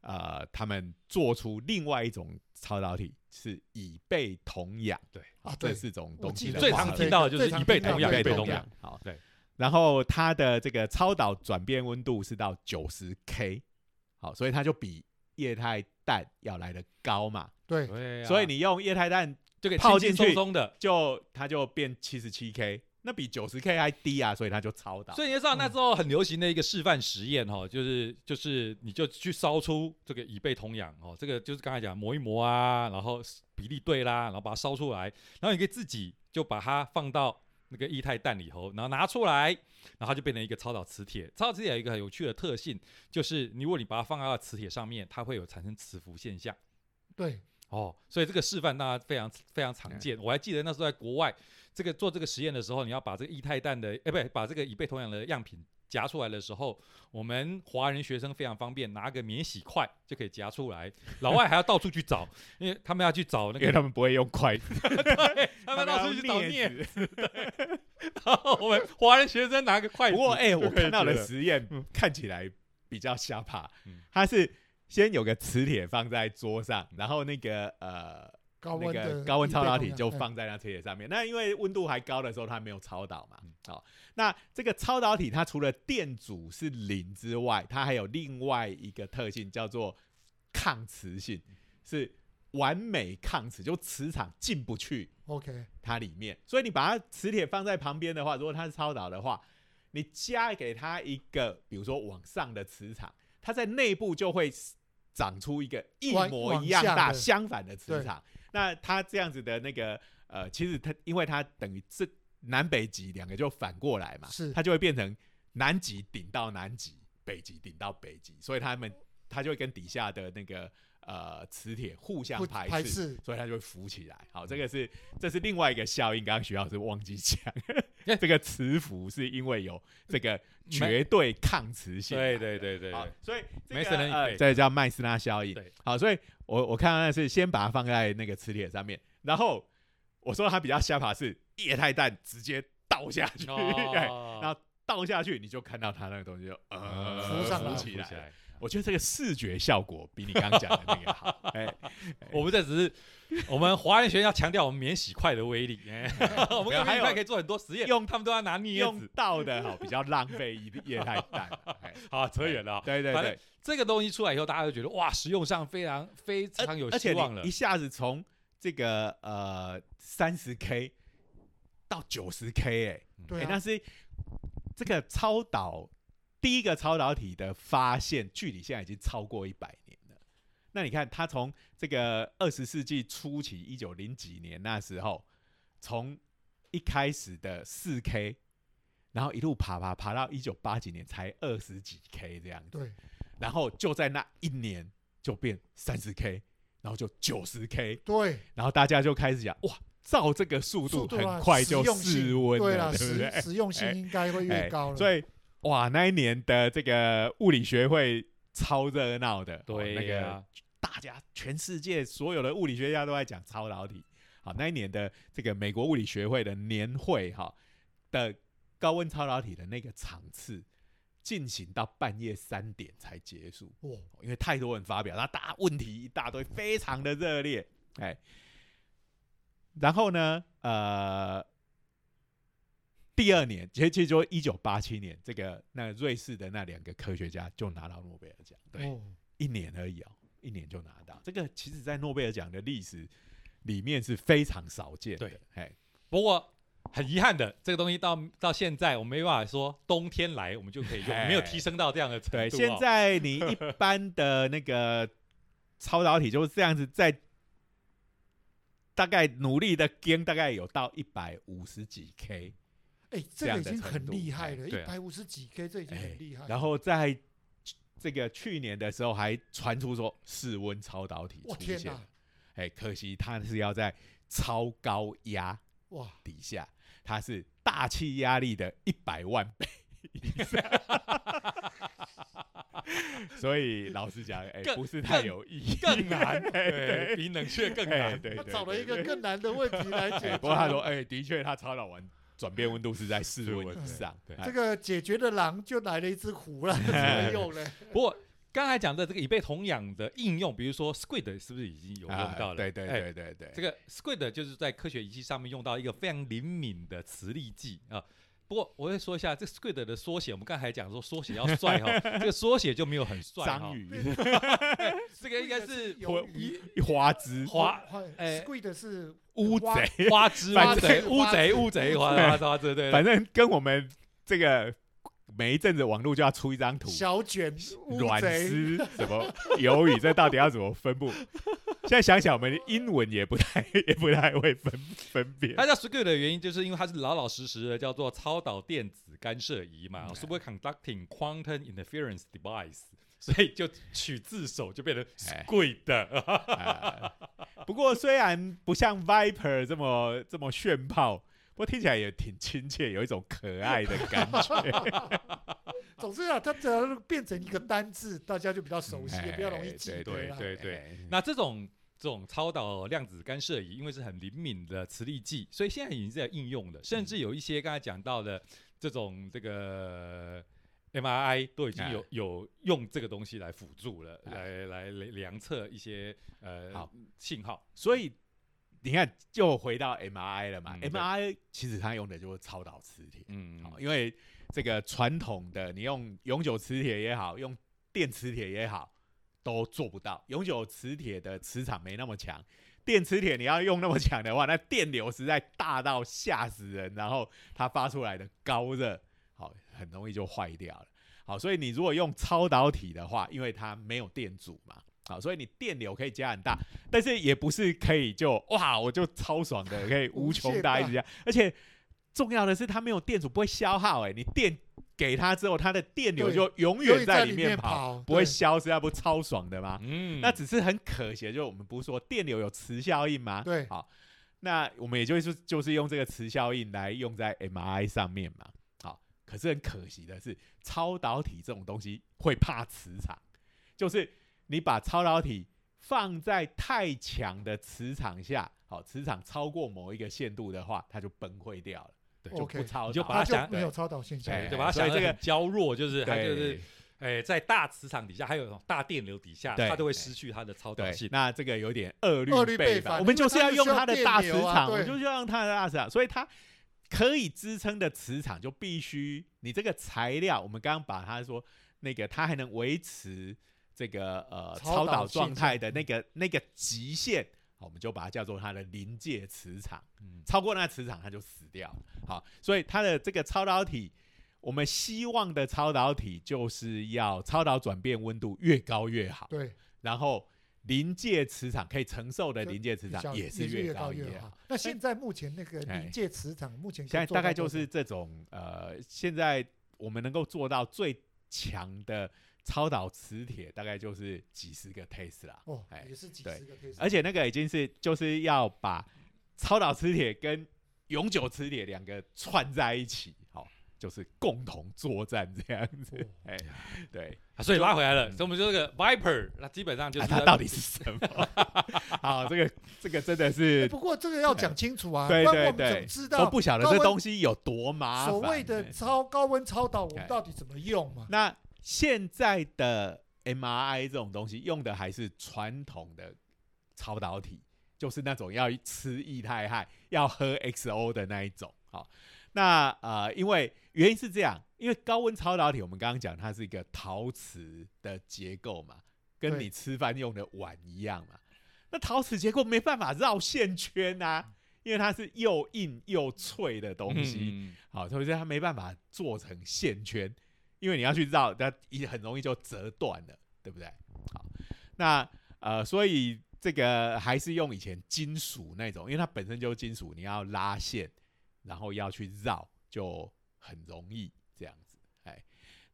A: 呃，他们做出另外一种超导体是以被铜氧，
B: 哦对
A: 好
C: 啊
A: 这
C: 对
A: 四种
C: 我
A: 东
C: 记
A: 西的
C: 得
B: 最
A: 化
B: 常
A: 合
B: 听
A: 物
B: 到的就是
C: 最常
B: 以被
C: 听到
B: 同
C: 的
B: 样
C: 对
B: 一
A: 被
B: 倍
C: 被
A: 动
B: 同
C: 动
B: 样
A: 量。好，
B: 对。
A: 然后它的这个超导转变温度是到九十 K，好，所以它就比液态氮要来的高嘛。
C: 对，
B: 对啊
A: 所以你用液态氮
B: 就可以
A: 泡
B: 轻轻
A: 进去
B: 松松的。
A: 就它就变七十七 K，那比九十 K 还低啊，所以它就超导。
B: 所以你就知道那时候很流行的一个示范实验哈、哦，就是就是你就去烧出这个以贝同氧哦，这个就是刚才讲磨一磨啊，然后比例对啦，然后把它烧出来，然后你可以自己就把它放到那个液态氮里头，然后拿出来，然后它就变成一个超导磁铁。超导磁铁有一个很有趣的特性，就是你如果你把它放到磁铁上面，它会有产生磁浮现象。
C: 对，
B: 哦，所以这个示范大家非常非常
A: 嗯
B: 常见。我还记得那时候在国外，这个做这个实验的时候，你要把这个液态氮的，哎、不对，把这个乙贝同氧的样品夹出来的时候，我们华人学生非常方便，拿个免洗筷就可以夹出来。老外还要到处去找，因为他们要去找那
A: 因为
B: 个，
A: 他们不会用筷子，
B: *laughs* 他们到处
A: 要
B: 去找
A: 镊 *laughs*
B: 镍。
A: 子。
B: 然后 *laughs* 我们华人学生拿个筷子，
A: 不过哎、我看到
B: 了
A: 的实验
B: 嗯
A: 看起来比较瞎怕
B: 嗯，
A: 它是先有个磁铁放在桌上，然后那个呃
C: 高
A: 那
C: 温
A: 个
C: 的
A: 高温
C: 一
A: 超
C: 倍
A: 导
C: 动
A: 体
C: 量
A: 就
C: 嗯
A: 放在那磁铁上面。那因为温度还高的时候，它没有超导嘛
B: 嗯。
A: 好、那这个超导体它除了电阻是零之外，它还有另外一个特性叫做抗磁性，
C: 嗯
A: 是完美抗磁，就磁场进不去
C: OK，
A: 它里面。所以你把它磁铁放在旁边的话，如果它是超导的话，你加给它一个，比如说往上的磁场，它在内部就会长出一个一
C: 往
A: 模
C: 往
A: 一样
C: 下
A: 大
C: 的
A: 相反的磁
C: 对
A: 场。那它这样子的那个呃，其实它因为它等于这南北极两个就反过来嘛，
C: 是
A: 它就会变成南极顶到南极，北极顶到北极，所以他们它就会跟底下的那个呃磁铁互相
C: 不
A: 排
C: 排斥
A: 所以它就会浮起来。好，这个是这是另外一个效应，刚刚徐老师忘记讲
B: 哎，
A: 这个磁浮是因为有这个绝对抗磁性嘛。
B: 对对对对
A: 好
B: 对，，
A: 所以这
B: 梅
A: 个
B: 森恩
A: 呃，
B: 对
A: 这个叫麦斯纳效应
B: 对。
A: 好，所以我我看到的是先把它放在那个磁铁上面，然后我说它比较下爬是液态氮直接倒下去，
B: 哦
A: *laughs* 对，然
B: 后
A: 后倒下去你就看到它那个东西就呃
C: 浮上来
A: 起
B: 起
A: 来。
B: 来。
A: 我觉得这个视觉效果比你刚刚讲的那个好。哎，
B: 我们这只是我们华人学校强调我们免洗块的威力，哎
A: *laughs*
B: 我们
A: 没有还
B: 跟免洗
A: 有
B: 块可以做很多实验，
A: 用
B: 他们都要拿镊
A: 用
B: 子。
A: 到的好比较浪费一液态氮啊。哎
B: 好，扯远了啊。
A: *laughs* 对对
B: 反
A: 对
B: 正，这个东西出来以后，大家就觉得哇，实用上非常非常有
A: 而且
B: 希望了
A: 你一。下子从这个呃三十 K 到九十 K 哎、
C: 对
A: 哎
C: 啊，
A: 那是这个超导第一个超导体的发现，距离现在已经超过一百年了。那你看，它从这个二十世纪初期一九零几年那时候，从一开始的四 K，然后一路爬爬爬到一九八几年才二十几 K 这样子。
C: 对，
A: 然后就在那一年就变三十 K，然后就九十 K，
C: 对，
A: 然后大家就开始讲哇，照这个速度
C: 速度啊
A: 很快就
C: 实用性
A: 室温
C: 对
A: 了，
C: 啦，
A: 对不对？
C: 实实用性应该会
A: 哎
C: 越高了。哦
A: 所以哇，那一年的这个物理学会超热闹的，哦那
B: 对
A: 个
B: 呀，
A: 大家全世界所有的物理学家都在讲超导体。好，那一年的这个美国物理学会的年会哈、的高温超导体的那个场次进行到半夜三点才结束，
C: 哇，
A: 因为太多人发表，那大家问题一大堆，非常的热烈。哎，然后呢，呃，第二年，其实其实就一九八七年，这个那瑞士的那两个科学家就拿到诺贝尔奖。
C: 哦，
A: 一年而已哦，一年就拿到。这个其实，在诺贝尔奖的历史里面是非常少见的
B: 对。
A: 哎，
B: 不过很遗憾的，这个东西到到现在我们没办法说冬天来我们就可以用，
A: 哎
B: 没有提升到这样的程度哦。
A: 对，现在你一般的那个超导体就是这样子，在大概努力的跟大概有到一百五十几 K，
C: 哎，
A: 这
C: 这个
A: 样
C: 已
A: 的
C: 经
A: 程
C: 很
A: 度
C: 厉害
A: 哎
C: 了，
B: 对
C: 一
B: 啊
C: 百五十几 K，这已经
A: 哎
C: 很厉害了。
A: 然后在这个去年的时候还传出说室温超导体
C: 我
A: 出
C: 天
A: 现
C: 哪
A: 了，，哎，可惜它是要在超高压。
C: 哇，
A: 底下，它是大气压力的一百万倍以上。 *laughs* 所以老实讲，哎、
B: 更
A: 不是太有意义。
B: 更难，
A: *laughs*
B: 对，比冷却更
A: 哎
B: 难。
A: 对
C: 他
A: 对，
C: 找了
A: 对
C: 一个
A: 对
C: 更难的问题来解
A: 哎
B: *laughs*
C: 决。
A: 不过他说，哎、的确，他超导完转变温度是在室温以上。
B: 对
A: 哎
C: 这个解决的狼就来了一只
A: *laughs*
C: 狐了，怎么用呢？
B: 不过刚才讲的这个以被同养的应用，比如说 squid 是不是已经有用
A: 啊
B: 到了？
A: 对对
B: 哎
A: 对对对，
B: 这个 squid 就是在科学仪器上面用到一个非常灵敏的磁力计啊。不过我会说一下，这 squid 的缩写，我们刚才讲说缩写要帅哈、这个缩写就没有很帅哈、
A: 章鱼、 *laughs*
B: 这 *laughs* 个应该是
C: 鱿鱼，
A: 花枝、
B: *laughs* 花哎
C: squid 是
A: 乌
C: 花
A: 贼，
B: 花枝
A: 反
B: 乌
A: 正
B: 贼乌
C: 花
B: 贼
C: 枝
B: 乌贼花
A: 乌贼
B: 花花对对对
A: 反正跟我们这个每一阵子网络就要出一张图，
C: 小卷乌
A: 软
C: 贼，
A: 丝什么鱿鱼，这到底要怎么分布？现在想想，我们英文也不太也不太会分分辨。
B: 它叫 squid 的原因，就是因为它是老老实实的叫做超导电子干涉仪嘛、
A: 嗯
B: s u p e r c o n d u c t i n g Quantum Interference Device，所以就取自首就变成
A: 哎
B: squid。
A: 啊不过虽然不像 Viper 这么这么炫炮，不过听起来也挺亲切，有一种可爱的感
C: *laughs*
A: 觉。
C: 总之啊，它只要变成一个单字，大家就比较熟悉，
A: 哎
C: 也比较容易记啊哎得啦。
B: 对对，那这种这种超导量子干涉仪，因为是很灵敏的磁力计，所以现在已经在应用了，甚至有一些刚才讲到的这种这个。MRI 都已经有
A: 哎
B: 有用这个东西来辅助了，
A: 哎
B: 来来来量测一些呃
A: 好
B: 信号。
A: 所以你看，就回到 MRI 了嘛。
B: 嗯对
A: MRI 其实它用的就是超导磁铁。
B: 嗯，
A: 好，因为这个传统的你用永久磁铁也好，用电磁铁也好，都做不到。永久磁铁的磁场没那么强，电磁铁你要用那么强的话，那电流实在大到吓死人，然后它发出来的高热，好，很容易就坏掉了。好，所以你如果用超导体的话，因为它没有电阻嘛，好，所以你电流可以加很大，但是也不是可以就哇我就超爽的，可以无
C: 无限
A: 穷大一
C: 大
A: 直加，而且重要的是它没有电阻，不会消耗、欸，哎，你电给它之后，它的电流
C: 对
A: 就永
C: 永
A: 远
C: 远在
A: 里
C: 里
A: 面
C: 面
A: 跑，
C: 跑，
A: 不会
C: 对
A: 消失，那不超爽的吗？
B: 嗯，
A: 那只是很可惜的，就是我们不是说电流有磁效应吗？
C: 对
A: 好，那我们也就是就是用这个磁效应来用在 MRI 上面嘛。好，可是很可惜的是，超导体这种东西会怕磁场，就是你把超导体放在太强的磁场下，好，磁场超过某一个限度的话，它就崩溃掉了，
B: 对
A: 就
C: OK
A: 不超导，
B: 你就把
C: 它
B: 它
C: 就
B: 想
C: 没有超导现象。
A: 哎
B: 对，把它
A: 所以
B: 想
A: 这
B: 的
A: 个
B: 很娇弱，就是它
A: 对
B: 就是哎，在大磁场底下，还有那种大电流底下，
A: 对
B: 它就会失去它的超导
A: 对
B: 性，。
A: 那这个有点恶
C: 恶
A: 律
C: 律
A: 背
C: 背
A: 反，
C: 反
A: 我们
C: 因为
A: 就是
C: 它
A: 要
C: 是
A: 用
C: 需要
A: 它的
C: 电
A: 大磁
C: 流啊
A: 场，我
C: 对
A: 们就是要用它的大磁场，所以它可以支撑的磁场就必须你这个材料，我们刚刚把它说那个它还能维持这个呃超
C: 超导
A: 导
C: 现
A: 状
C: 象
A: 态的那个那个极限，好，我们就把它叫做它的临界磁场。
B: 嗯
A: 超过那磁场它就死掉了。好，所以它的这个超导体，我们希望的超导体就是要超导转变温度越高越好，
C: 对，
A: 然后临界磁场可以承受的
C: 就
A: 临界磁
C: 小
A: 场也是
C: 也越
A: 高
C: 越
A: 好。。哎
C: 那现在目前那个临界磁场，目前可以
A: 现在
C: 做
A: 大
C: 到
A: 概就
C: 多少
A: 是这种呃，现在我们能够做到最强的超导磁铁，大概就是几十个 Tesla。
C: 哦
A: 哎，
C: 也是几
A: 对
C: 十个 case，
A: 而且那个已经是就是要把超导磁铁跟永久磁铁两个串在一起，好、就是共同作战这样子。
C: 哦
A: 哎，对，
B: 啊所以拉回来了，
A: 嗯
B: 所以我们就这个 Viper，那基本上就
A: 啊
B: 是
A: 它
B: 在
A: 到底是什么？ *laughs* 好，这个这个真的
C: 哎
A: 是
C: 不过这个要讲清楚啊，不
A: 对
C: 然
A: 对
C: 我们
A: 对
C: 怎么知
A: 都
C: 道
A: 不晓得
C: 高
A: 这
C: 温
A: 东西有多麻烦。
C: 所谓
A: 哎
C: 的超高温超导，我
A: 哎
C: 们到底怎么用嘛？
A: 那现在的 MRI 这种东西用的还是传统的超导体，就是那种要吃液态氦、要喝 XO 的那一种。好，那呃，因为原因是这样，因为高温超导体，我们刚刚讲它是一个陶瓷的结构嘛，跟
C: 对
A: 你吃饭用的碗一样嘛。那陶瓷结构没办法绕线圈啊，因为它是又硬又脆的东西。
B: 嗯
A: 好，所以它没办法做成线圈，因为你要去绕，它一很容易就折断了，对不对？好，那呃，所以这个还是用以前金属那种，因为它本身就是金属，你要拉线，然后要去绕，就很容易这样子。哎，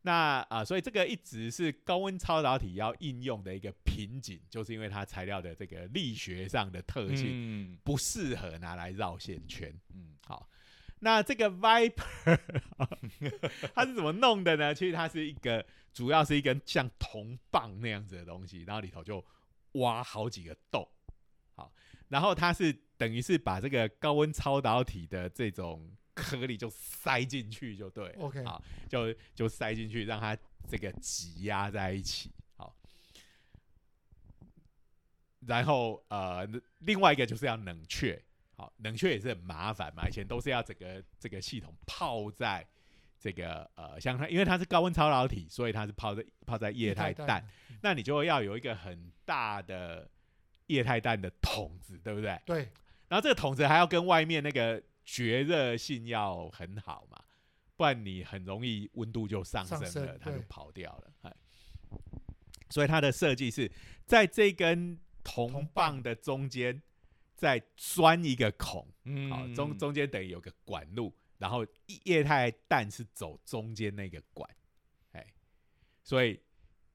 A: 那啊、呃所以这个一直是高温超导体要应用的一个瓶颈，就是因为它材料的这个力学上的特性、
B: 嗯
A: 不适合拿来绕线圈。
B: 嗯
A: 那这个 Viper 它是怎么弄的呢？其实它是一个，主要是一根像铜棒那样子的东西，然后里头就挖好几个洞，好，然后它是等于是把这个高温超导体的这种颗粒就塞进去就对了
C: OK
A: 好，就就塞进去，让它这个挤压在一起，好。然后呃，另外一个就是要冷却，好，冷却也是很麻烦嘛，以前都是要整个这个系统泡在这个呃，像它，因为它是高温超导体，所以它是泡在泡在液态嗯
C: 液
A: 氮
C: 态氮，
A: 那你就要有一个很大的液态氮的桶子，对不对？
C: 对，
A: 然后这个桶子还要跟外面那个绝热性要很好嘛，不然你很容易温度就上升了，
C: 上升
A: 它就
C: 对
A: 跑掉了。哎，所以它的设计是在这根铜
C: 铜
A: 棒
C: 棒
A: 的中间再钻一个孔，
B: 嗯
A: 好，中中间等于有个管路，然后液液态氮是走中间那个管，哎，所以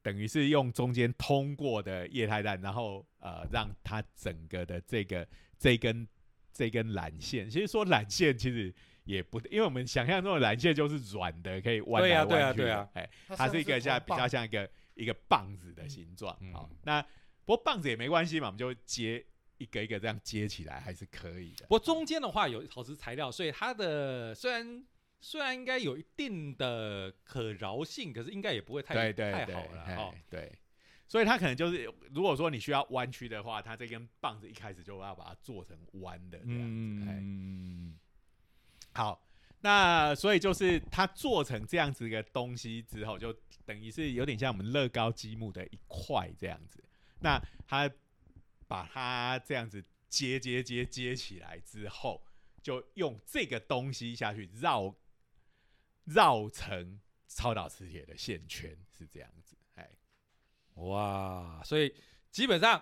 A: 等于是用中间通过的液态氮，然后呃让它整个的这个这根这根缆线，其实说缆线其实也不，因为我们想象中的缆线就是软的，可以弯
B: 对
A: 来
B: 啊对啊
A: 弯去
B: 对
A: 的，
B: 啊
A: 哎，
C: 它
A: 它
C: 像
A: 是一个像
C: 铜
A: 比较
C: 棒
A: 像一个一个棒子的形状。好、
B: 嗯
A: 那不过棒子也没关系嘛，我们就接一个一个这样接起来还是可以的。
B: 不过中间的话有陶瓷材料，所以它的虽然虽然应该有一定的可饶性，可是应该也不会太
A: 对对
B: 太
A: 对，
B: 好哦了
A: 嘿
B: 哈。
A: 对。所以它可能就是，如果说你需要弯曲的话，它这根棒子一开始就要把它做成弯的这样子。哎
B: 嗯，
A: 好，那所以就是它做成这样子一个东西之后，就等于是有点像我们乐高积木的一块这样子。那它把它这样子接接接接起来之后，就用这个东西下去绕绕成超导磁铁的线圈是这样子。哎，
B: 哇，所以基本上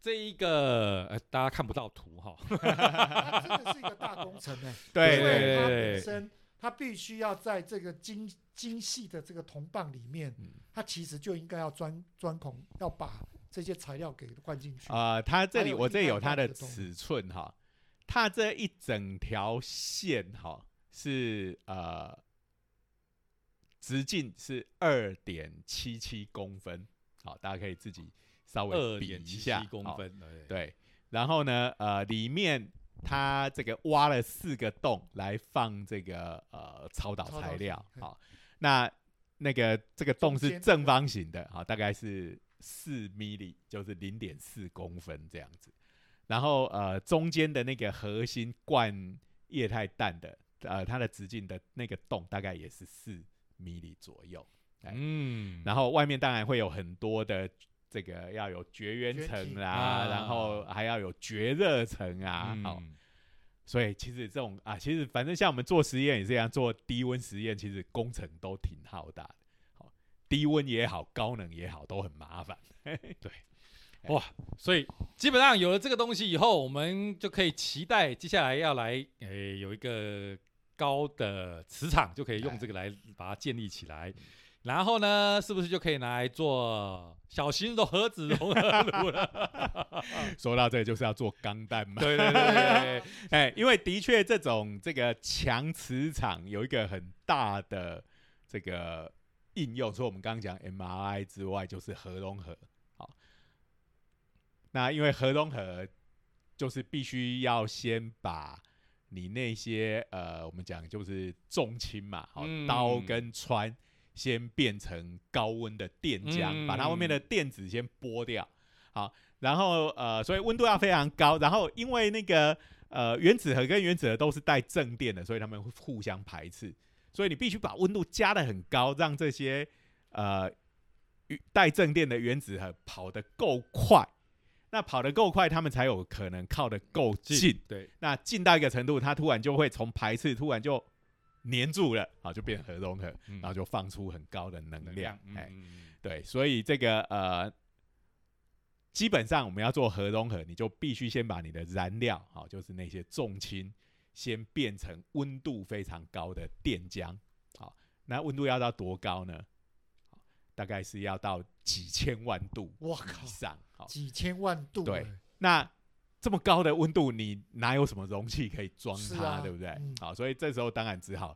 B: 这一个呃，大家看不到图哈，
C: 它真的是一个大工程哎、
A: 对
C: 因
A: 对
C: 为
A: 对
C: 它
B: 对
C: 本身它必须要在这个精精细的这个铜棒里面
A: 嗯，
C: 它其实就应该要钻钻孔，要把这些材料给灌进去。
A: 啊，它这
C: 还
A: 里
C: 有
A: 我
C: 一
A: 这里
C: 半
A: 有它
C: 半
A: 的
C: 的洞
A: 尺寸哈，它这一整条线哈是呃直径是二点七七公分，好，大家可以自己稍微
B: *laughs* 二
A: 比
B: 点
A: 一
B: 七
A: 下
B: 七，公
A: 好
B: 分，对，
A: 对，然后呢，呃，里面它这个挖了四个洞来放这个呃超导
C: 超导
A: 材
C: 材
A: 料。
C: 嗯
A: 好，那那个这个洞
C: 中
A: 是
C: 间
A: 正方形的，好，大概是四米里，就是零点四公分这样子。然后呃，中间的那个核心灌液态氮的，呃，它的直径的那个洞大概也是四米里左右。哎
B: 嗯，
A: 然后外面当然会有很多的这个要有绝
C: 绝
A: 缘层
C: 体
A: 啦，
B: 啊
A: 然后还要有绝热层啊，好、
B: 嗯
A: 所以其实这种啊，其实反正像我们做实验也是一样，做低温实验其实工程都挺浩大的，啊好，低温也好，高能也好，都很麻烦。
B: 哇，所以基本上有了这个东西以后，我们就可以期待接下来要来，诶、有一个高的磁场，就可以用这个来把它建立起来。然后呢，是不是就可以拿来做小型的核子融合炉了？
A: 说到这个就是要做钢弹嘛，
B: 对对对对对，
A: *laughs* 哎，因为的确这种这个强磁场有一个很大的这个应用，除了我们刚刚讲 MRI 之外，就是核融合。好，那因为核融合就是必须要先把你那些呃，我们讲就是重氢嘛，好、
B: 嗯
A: 刀跟穿先变成高温的电浆，把它外面的电子先剥掉。好，然后呃，所以温度要非常高，然后因为那个呃原子核跟原子核都是带正电的，所以它们会互相排斥，所以你必须把温度加的很高，让这些呃与带正电的原子核跑得够快。那跑得够快，它们才有可能靠得够近。
B: 对，
A: 那近到一个程度，它突然就会从排斥突然就粘住了，好就变成核融合，
B: 嗯
A: 然后就放出很高的能量。
B: 嗯
A: 哎、
B: 嗯嗯
A: 对，所以这个呃，基本上我们要做核融合，你就必须先把你的燃料，好、就是那些重氢，先变成温度非常高的电浆。好、那温度要到多高呢？大概是要到几千万度
C: 我靠
A: 以，上。好、
C: 几千万度、
A: 对
C: 哎
A: 那这么高的温度，你哪有什么容器可以装
C: 是
A: 它，
C: 啊
A: 对不对？
C: 嗯
A: 好，所以这时候当然只好，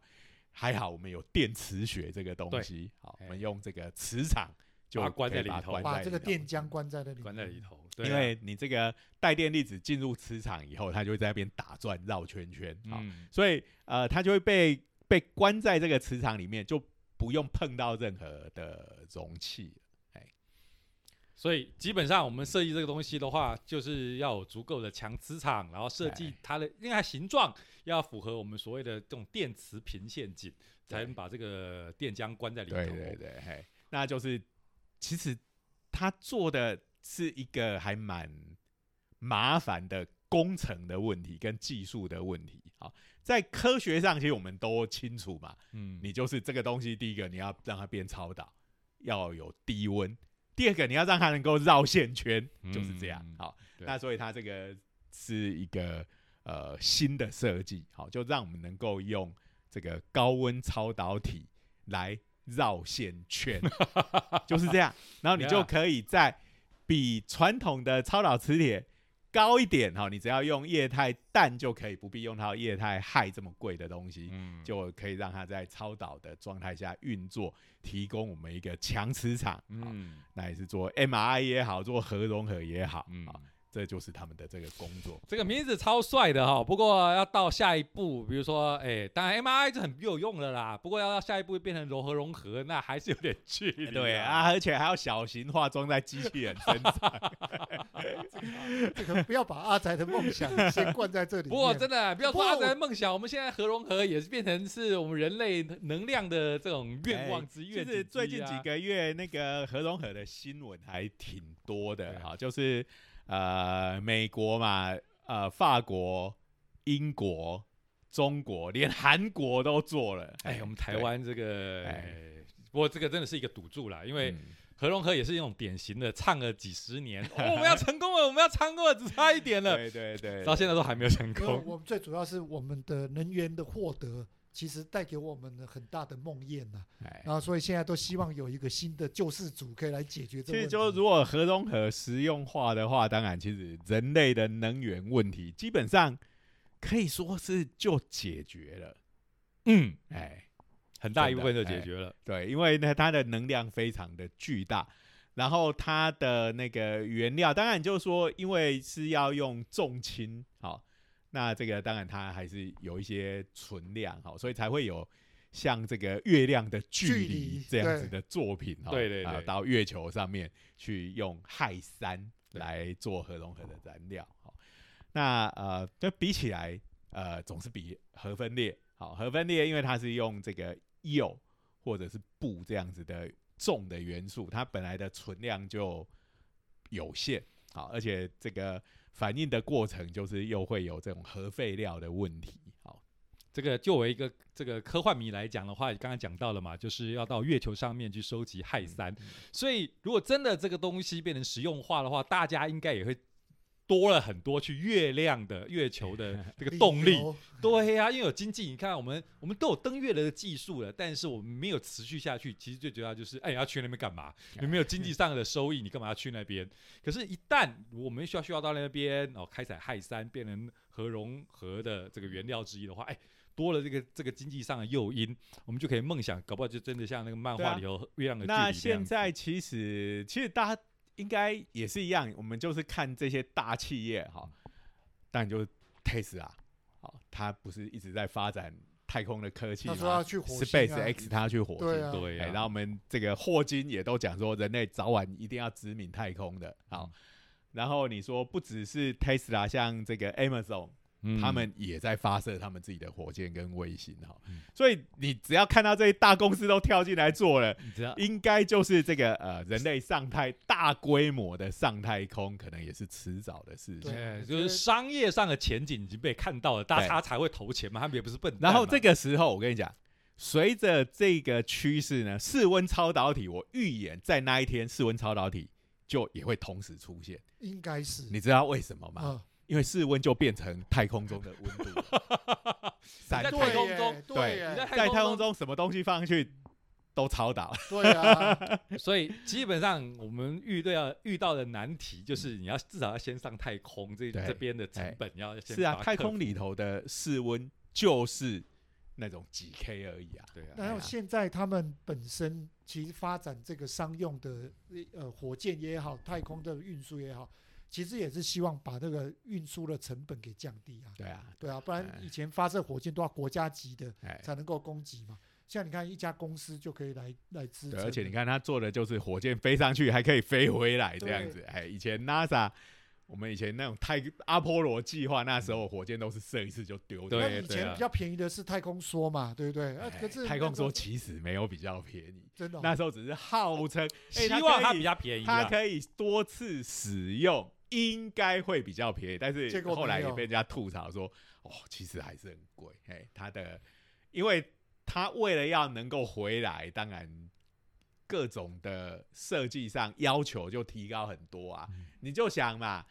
A: 还好我们有电磁学这个东西，好，
B: 哎
A: 我们用这个磁场就
B: 把它关
A: 可以
B: 在
A: 把它
B: 里头
A: 关
C: 把
A: 在
C: 这个
A: 里头
C: 电浆关在那里，
B: 关
C: *laughs*
B: 在里。头，对啊
A: 因为你这个带电粒子进入磁场以后，它就会在那边打转绕圈圈，好，
B: 嗯
A: 所以呃，它就会被被关在这个磁场里面，就不用碰到任何的容器。
B: 所以基本上我们设计这个东西的话，就是要有足够的强磁场，然后设计
A: 哎
B: 它的，因为它形状要符合我们所谓的这种电磁平陷阱，才能把这个电浆关在里头。
A: 对对对，嘿，哦那就是其实他做的是一个还蛮麻烦的工程的问题跟技术的问题。好，在科学上其实我们都清楚嘛，
B: 嗯，
A: 你就是这个东西，第一个你要让它变超导，要有低温；第二个你要让它能够绕线圈，就是这样。
B: 嗯
A: 好，
B: 对
A: 那所以它这个是一个呃新的设计，好，就让我们能够用这个高温超导体来绕线
B: *laughs*
A: 圈，就是这样。然后你就
B: Yeah
A: 可以在比传统的超导磁铁。高一点哈，你只要用液态氮就可以，不必用到液态氦这么贵的东西。
B: 嗯
A: 就可以让它在超导的状态下运作，提供我们一个强磁场。啊，
B: 嗯
A: 那也是做 MRI 也好，做核融合也好，
B: 嗯
A: 啊，，这就是他们的这个工作。
B: 这个名字超帅的哈、不过要到下一步，比如说，哎，当然 MRI 就很有用了啦，不过要到下一步变成柔和融合，那还是有点距离、
A: 对，啊，而且还要小型化装在机器人身
B: *laughs*
A: 上。
C: 这个不要把阿宅的梦想 *laughs* 先灌在这里面。
B: *laughs* 不过真的啊，不要
C: 不
B: 说
C: 过
B: 阿
C: 我
B: 宅的梦想，我们现在核融合也是变成是我们人类能量的这种愿望之
A: 哎就
B: 愿景之一
A: 是
B: 啊。
A: 最近几个月那个核融合的新闻还挺多
B: 对
A: 的
B: 啊
A: 哈，就是呃美国嘛，呃法国、英国、中国，连韩国都做了。
B: 哎，我们台湾这个，
A: 哎
B: 不过这个真的是一个赌注啦，因为
A: 嗯
B: 何荣和也是那种典型的唱了几十年，
A: *laughs*
B: 哦，我们要成功了，我们要成功了，只差一点了，
A: 对对对，
B: 到现在都还没有成
C: 因为
B: 功。
C: 我们最主要是我们的能源的获得，其实带给我们的很大的梦魇呐、
A: 哎，
C: 然后所以现在都希望有一个新的救世主可以来解决这
A: 其
C: 个
A: 实
C: 问
A: 就
C: 题。
A: 如果核融合实用化的话，当然，其实人类的能源问题基本上可以说是就解决了。
B: 嗯，
A: 哎，
B: 很大一部分就
A: 真的哎
B: 解决了。
A: 对，因为呢，它的能量非常的巨大，然后它的那个原料，当然就是说，因为是要用重氢，好、那这个当然它还是有一些存量，好、所以才会有像这个月亮的距
C: 距
A: 离
C: 离
A: 这样子
C: 对
A: 的作品，哈
B: 对对
A: 啊
B: 对
A: 到月球上面去用氦三
B: 对
A: 来做核融合的燃料，好、那呃，就比起来，呃，总是比核分裂好。核分裂因为它是用这个铀或者是布这样子的重的元素，它本来的存量就有限，好，而且这个反应的过程就是又会有这种核废料的问题，好，
B: 这个作为一个这个科幻迷来讲的话，刚刚讲到了嘛，就是要到月球上面去收集氦三，所以如果真的这个东西变成实用化的话，大家应该也会多了很多去月亮的月球的这个
C: *laughs*
B: 动力
C: 理。由
B: *laughs* 对啊呀、因为有经济，你看我们我们都有登月的技术了，但是我们没有持续下去。其实最主要就是，哎，要去那边干嘛？
A: 啊
B: *laughs* 你没有经济上的收益，你干嘛要去那边？可是，一旦我们需要需要到那边哦，开采氦三变成核融合的这个原料之一的话，哎。多了这个这个经济上的诱因，我们就可以梦想，搞不好就真的像那个漫
A: 对啊
B: 画里头月亮的距离
A: 那
B: 样
A: 现在其实其实大家应该也是一样，我们就是看这些大企业哈，
B: 嗯
A: 但就是 Tesla，好，它不是一直在发展太空的科技吗？
C: 他说要去火星啊
A: Space X 它去火星，
C: 对啊
B: 对
A: 哎，
B: 啊，
A: 然后我们这个霍金也都讲说，人类早晚一定要殖民太空的。好
B: 嗯，
A: 然后你说不只是 Tesla，像这个 Amazon，
B: 嗯
A: 他们也在发射他们自己的火箭跟卫星。哈
B: 嗯，
A: 所以你只要看到这些大公司都跳进来做了，
B: 你知道
A: *laughs* 应该就是这个呃，人类上太大规模的上太空，可能也是迟早的事情
C: 对。
B: 对，
C: 我
B: 哎就
C: 觉
B: 是
C: 得
B: 商业上的前景已经被看到了，大
A: 对
B: 家才会投钱嘛，他们也不是笨蛋嘛。
A: 然后这个时候，我跟你讲，随着这个趋势呢，室温超导体，我预言在那一天，室温超导体就也会同时出现。
C: 应该是
A: 你知道为什么吗？
B: 嗯
C: 啊，
A: 因为室温就变成太空中的 *laughs* 温度，三
B: 在
A: 倍
B: 太空
C: 对耶
B: 中
A: 对
C: 对
B: 你
C: 耶
A: 在太空
B: 中。
A: 中什么东西放上去都超导。
C: 对啊，
B: *laughs* 所以基本上我们遇到遇到的难题就是你要至少要先上太空，这
A: 对
B: 这边的成
A: 哎
B: 本要 *laughs* 先
A: 是啊
B: 把，它
A: 太
B: 克
A: 空
B: 服
A: 里头的室温就是那种几 K 而已啊。
B: 对啊，
C: 然后现在他们本身其实发展这个商用的呃火箭也好，太空的运输也好，其实也是希望把那个运输的成本给降低啊。
A: 对啊，
C: 对啊，不然
A: 哎
C: 以前发射火箭都要国家级的
A: 哎，
C: 才能够供给嘛。像你看一家公司就可以来来
B: 嗯
C: 支撑
A: 对，
C: 了，
A: 而且你看他做的就是火箭飞上去还可以飞回来这样
C: 对
A: 子。哎，以前 NASA。我们以前那种太阿波罗计划，那时候火箭都是射一次就丢掉。
B: 对
C: 那以
B: 对啊
C: 前比较便宜的是太空梭嘛，对不对？啊，
A: 哎
C: 可是
A: 太空
C: 那
A: 梭
C: 个
A: 其实没有比较便宜，
C: 真的哦
A: 那时候只是号称哎
B: 希望
A: 它
B: 它
A: 可以
B: 比较便宜
A: 它
B: 啊。
A: 可以多次使用，应该会比较便宜，但
C: 结
A: 是
C: 果没有
A: 后来也被人家吐槽说，哦，其实还是很贵。哎，它的，因为它为了要能够回来，当然各种的设计上要求就提高很多啊。
C: 嗯
A: 你就想嘛，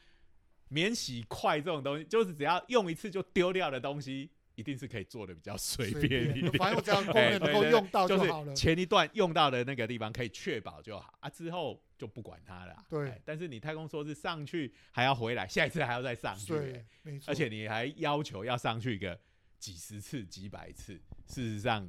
A: 免洗筷这种东西，就是只要用一次就丢掉的东西，一定是可以做的比较随
C: 随
A: 便
C: *laughs*
A: 一点。
C: 反正我只要功
A: 哎
C: 能
A: 对
C: 能够
A: 对
C: 用到
A: 就
C: 好了
A: 是。前一段用到的那个地方可以确保就好啊，之后就不管它了啊。
C: 对
A: 哎但是你太空梭是上去还要回来，下一次还要再上去、
C: 对
A: 哎，
C: 没错。
A: 而且你还要求要上去个几十次、几百次，事实上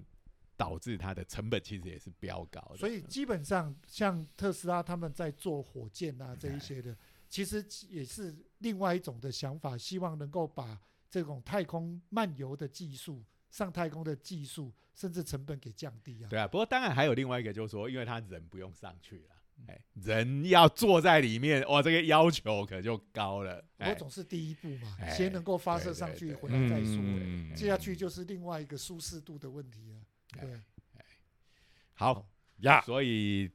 A: 导致它的成本其实也是飙高的。
C: 所以基本上像特斯拉他们在做火箭
A: 哎
C: 啊这一些的，其实也是另外一种的想法，希望能够把这种太空漫游的技术、上太空的技术，甚至成本给降低啊。
A: 对啊，不过当然还有另外一个，就是说，因为他人不用上去了。哎，人要坐在里面，哇，这个要求可就高了。
C: 不过
A: 哎，
C: 总是第一步嘛，
A: 哎
C: 先能够发射
A: 对
C: 上
A: 对
C: 去，
A: 对
C: 回来再说。
B: 嗯
C: 接下去就是另外一个舒适啊度的问题了。
A: 哎
C: 对，
A: 好，
B: 呀，
A: 所以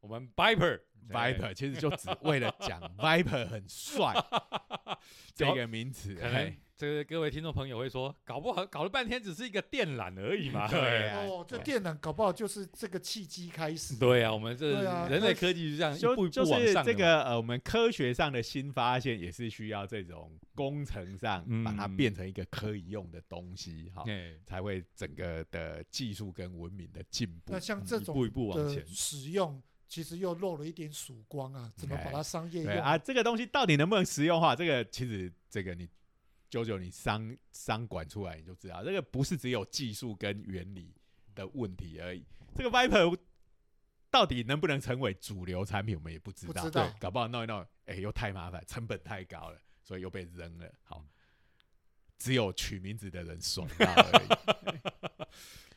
B: 我们 Viper
A: Viper 其实就只为了
B: *laughs*
A: 讲 Viper 很帅这个名词，
B: 可能
A: 哎
B: 这个各位听众朋友会说，搞不好搞了半天只是一个电缆而已 *laughs* 嘛。
A: 对啊
C: 哦，这
A: 对
C: 电缆搞不好就是这个契机开始。
B: 对啊，我们这
C: 对啊
B: 人类科技就这样一步
A: 就就
B: 一步往
A: 是
B: 上的嘛。
A: 这个呃，我们科学上的新发现也是需要这种工程上
B: 嗯
A: 把它变成一个可以用的东西，哈、
B: 哎，
A: 才会整个的技术跟文明的进步
C: 那。像这
B: 一
C: 种
B: 步一步往前
C: 的。使用，其实又漏了一点曙光啊，怎么把它商业
A: 哎对
C: *laughs* 用？
A: 啊，这个东西到底能不能实用化？这个其实这个你九九你商商管出来你就知道，这个不是只有技术跟原理的问题而已。这个 Viper 到底能不能成为主流产品，我们也不知道。
C: 不知道
A: 对搞不好弄一弄，哎、又太麻烦，成本太高了，所以又被扔了。好，只有取名字的人爽到而已。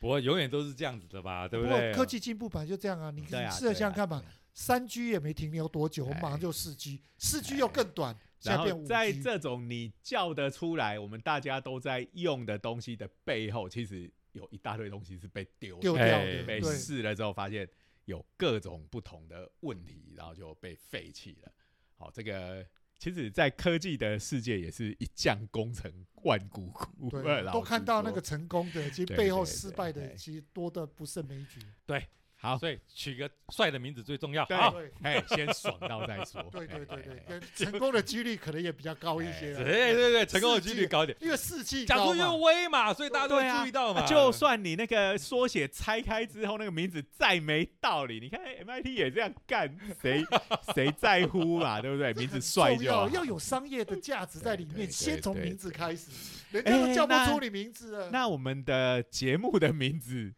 B: 不过永远都是这样子的吧，对
C: 不过
B: 对？
C: 科技进步本来就这样 *laughs* 啊，你你
A: 对啊，
C: 试着
A: 对
C: 想想
A: 啊
C: 看嘛，，三 G 也没停留多久，我
A: 哎
C: 们马上就四 G，四 G
A: 哎
C: 又更短，现
A: 然
C: 在变
A: 后
C: 五
A: 在
C: G。
A: 这种你叫得出来，我们大家都在用的东西的背后，其实有一大堆东西是被丢
C: 丢
B: 掉的
A: 哎被
B: 对
A: 试了之后发现有各种不同的问题，然后就被废弃了。好，这个其实，在科技的世界也是一将功成万骨枯。
C: 对，
A: 老
C: 都
A: 实
C: 看到那
A: 说
C: 个成功的，其实
A: 对
C: 背
A: 对
C: 后
A: 对哎
C: 失败的
A: 对
C: 其实多的不胜枚举。
A: 好，
B: 所以取个帅的名字最重要。
A: 对
B: 好，
C: 对
A: 哎，先爽到再说。
C: *laughs* 对对对
A: 哎
C: 对，跟成功的几率可能也比较高一些
B: 对
C: 啊，
B: 对对，成功的几率高一点。
C: 因为士气
B: 讲
C: 高
B: 出又
C: 嘛。
B: 威嘛，所以大家都
A: 对
B: 会
A: 啊
B: 注意到嘛。
A: 就算你那个缩写拆开之后，那个名字再没道理，你看哎 MIT 也这样干，
B: *laughs*
A: 谁谁在乎嘛？对不对？
C: 这
A: 名字
C: 很
A: 帅
C: 重
A: 就
C: 要
A: 好。
C: 要有商业的价值在里
A: 对对
C: 面，
A: 对
C: 先从
A: 对
C: 名字
A: 对
C: 开始，人家
A: 哎
C: 都叫不
A: 那
C: 出你名字了。
A: 那我们的节目的名字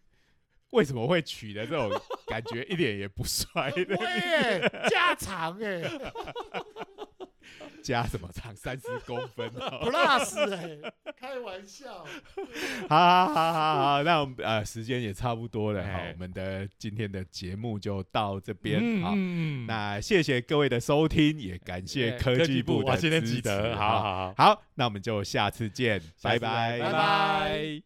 A: 为什么会取的这种感觉一点也不帅
C: 很
A: 的？
C: 威欸加长哎、
A: 加什么长三十公分、
B: *laughs*
A: 哦？
C: plus 哎、开玩笑，
A: 好好好好好，那我们呃时间也差不多了，好
B: 哎，
A: 我们的今天的节目就到这边，
B: 嗯
A: 好。
B: 嗯，
A: 那谢谢各位的收听，也感谢
B: 哎
A: 科技部
B: 哇
A: 的
B: 今天
A: 支
B: 记
A: 持
B: 得，好好好。
A: 好，那我们就下次见，
B: 下次
A: 拜
B: 拜
C: 拜拜
B: 拜。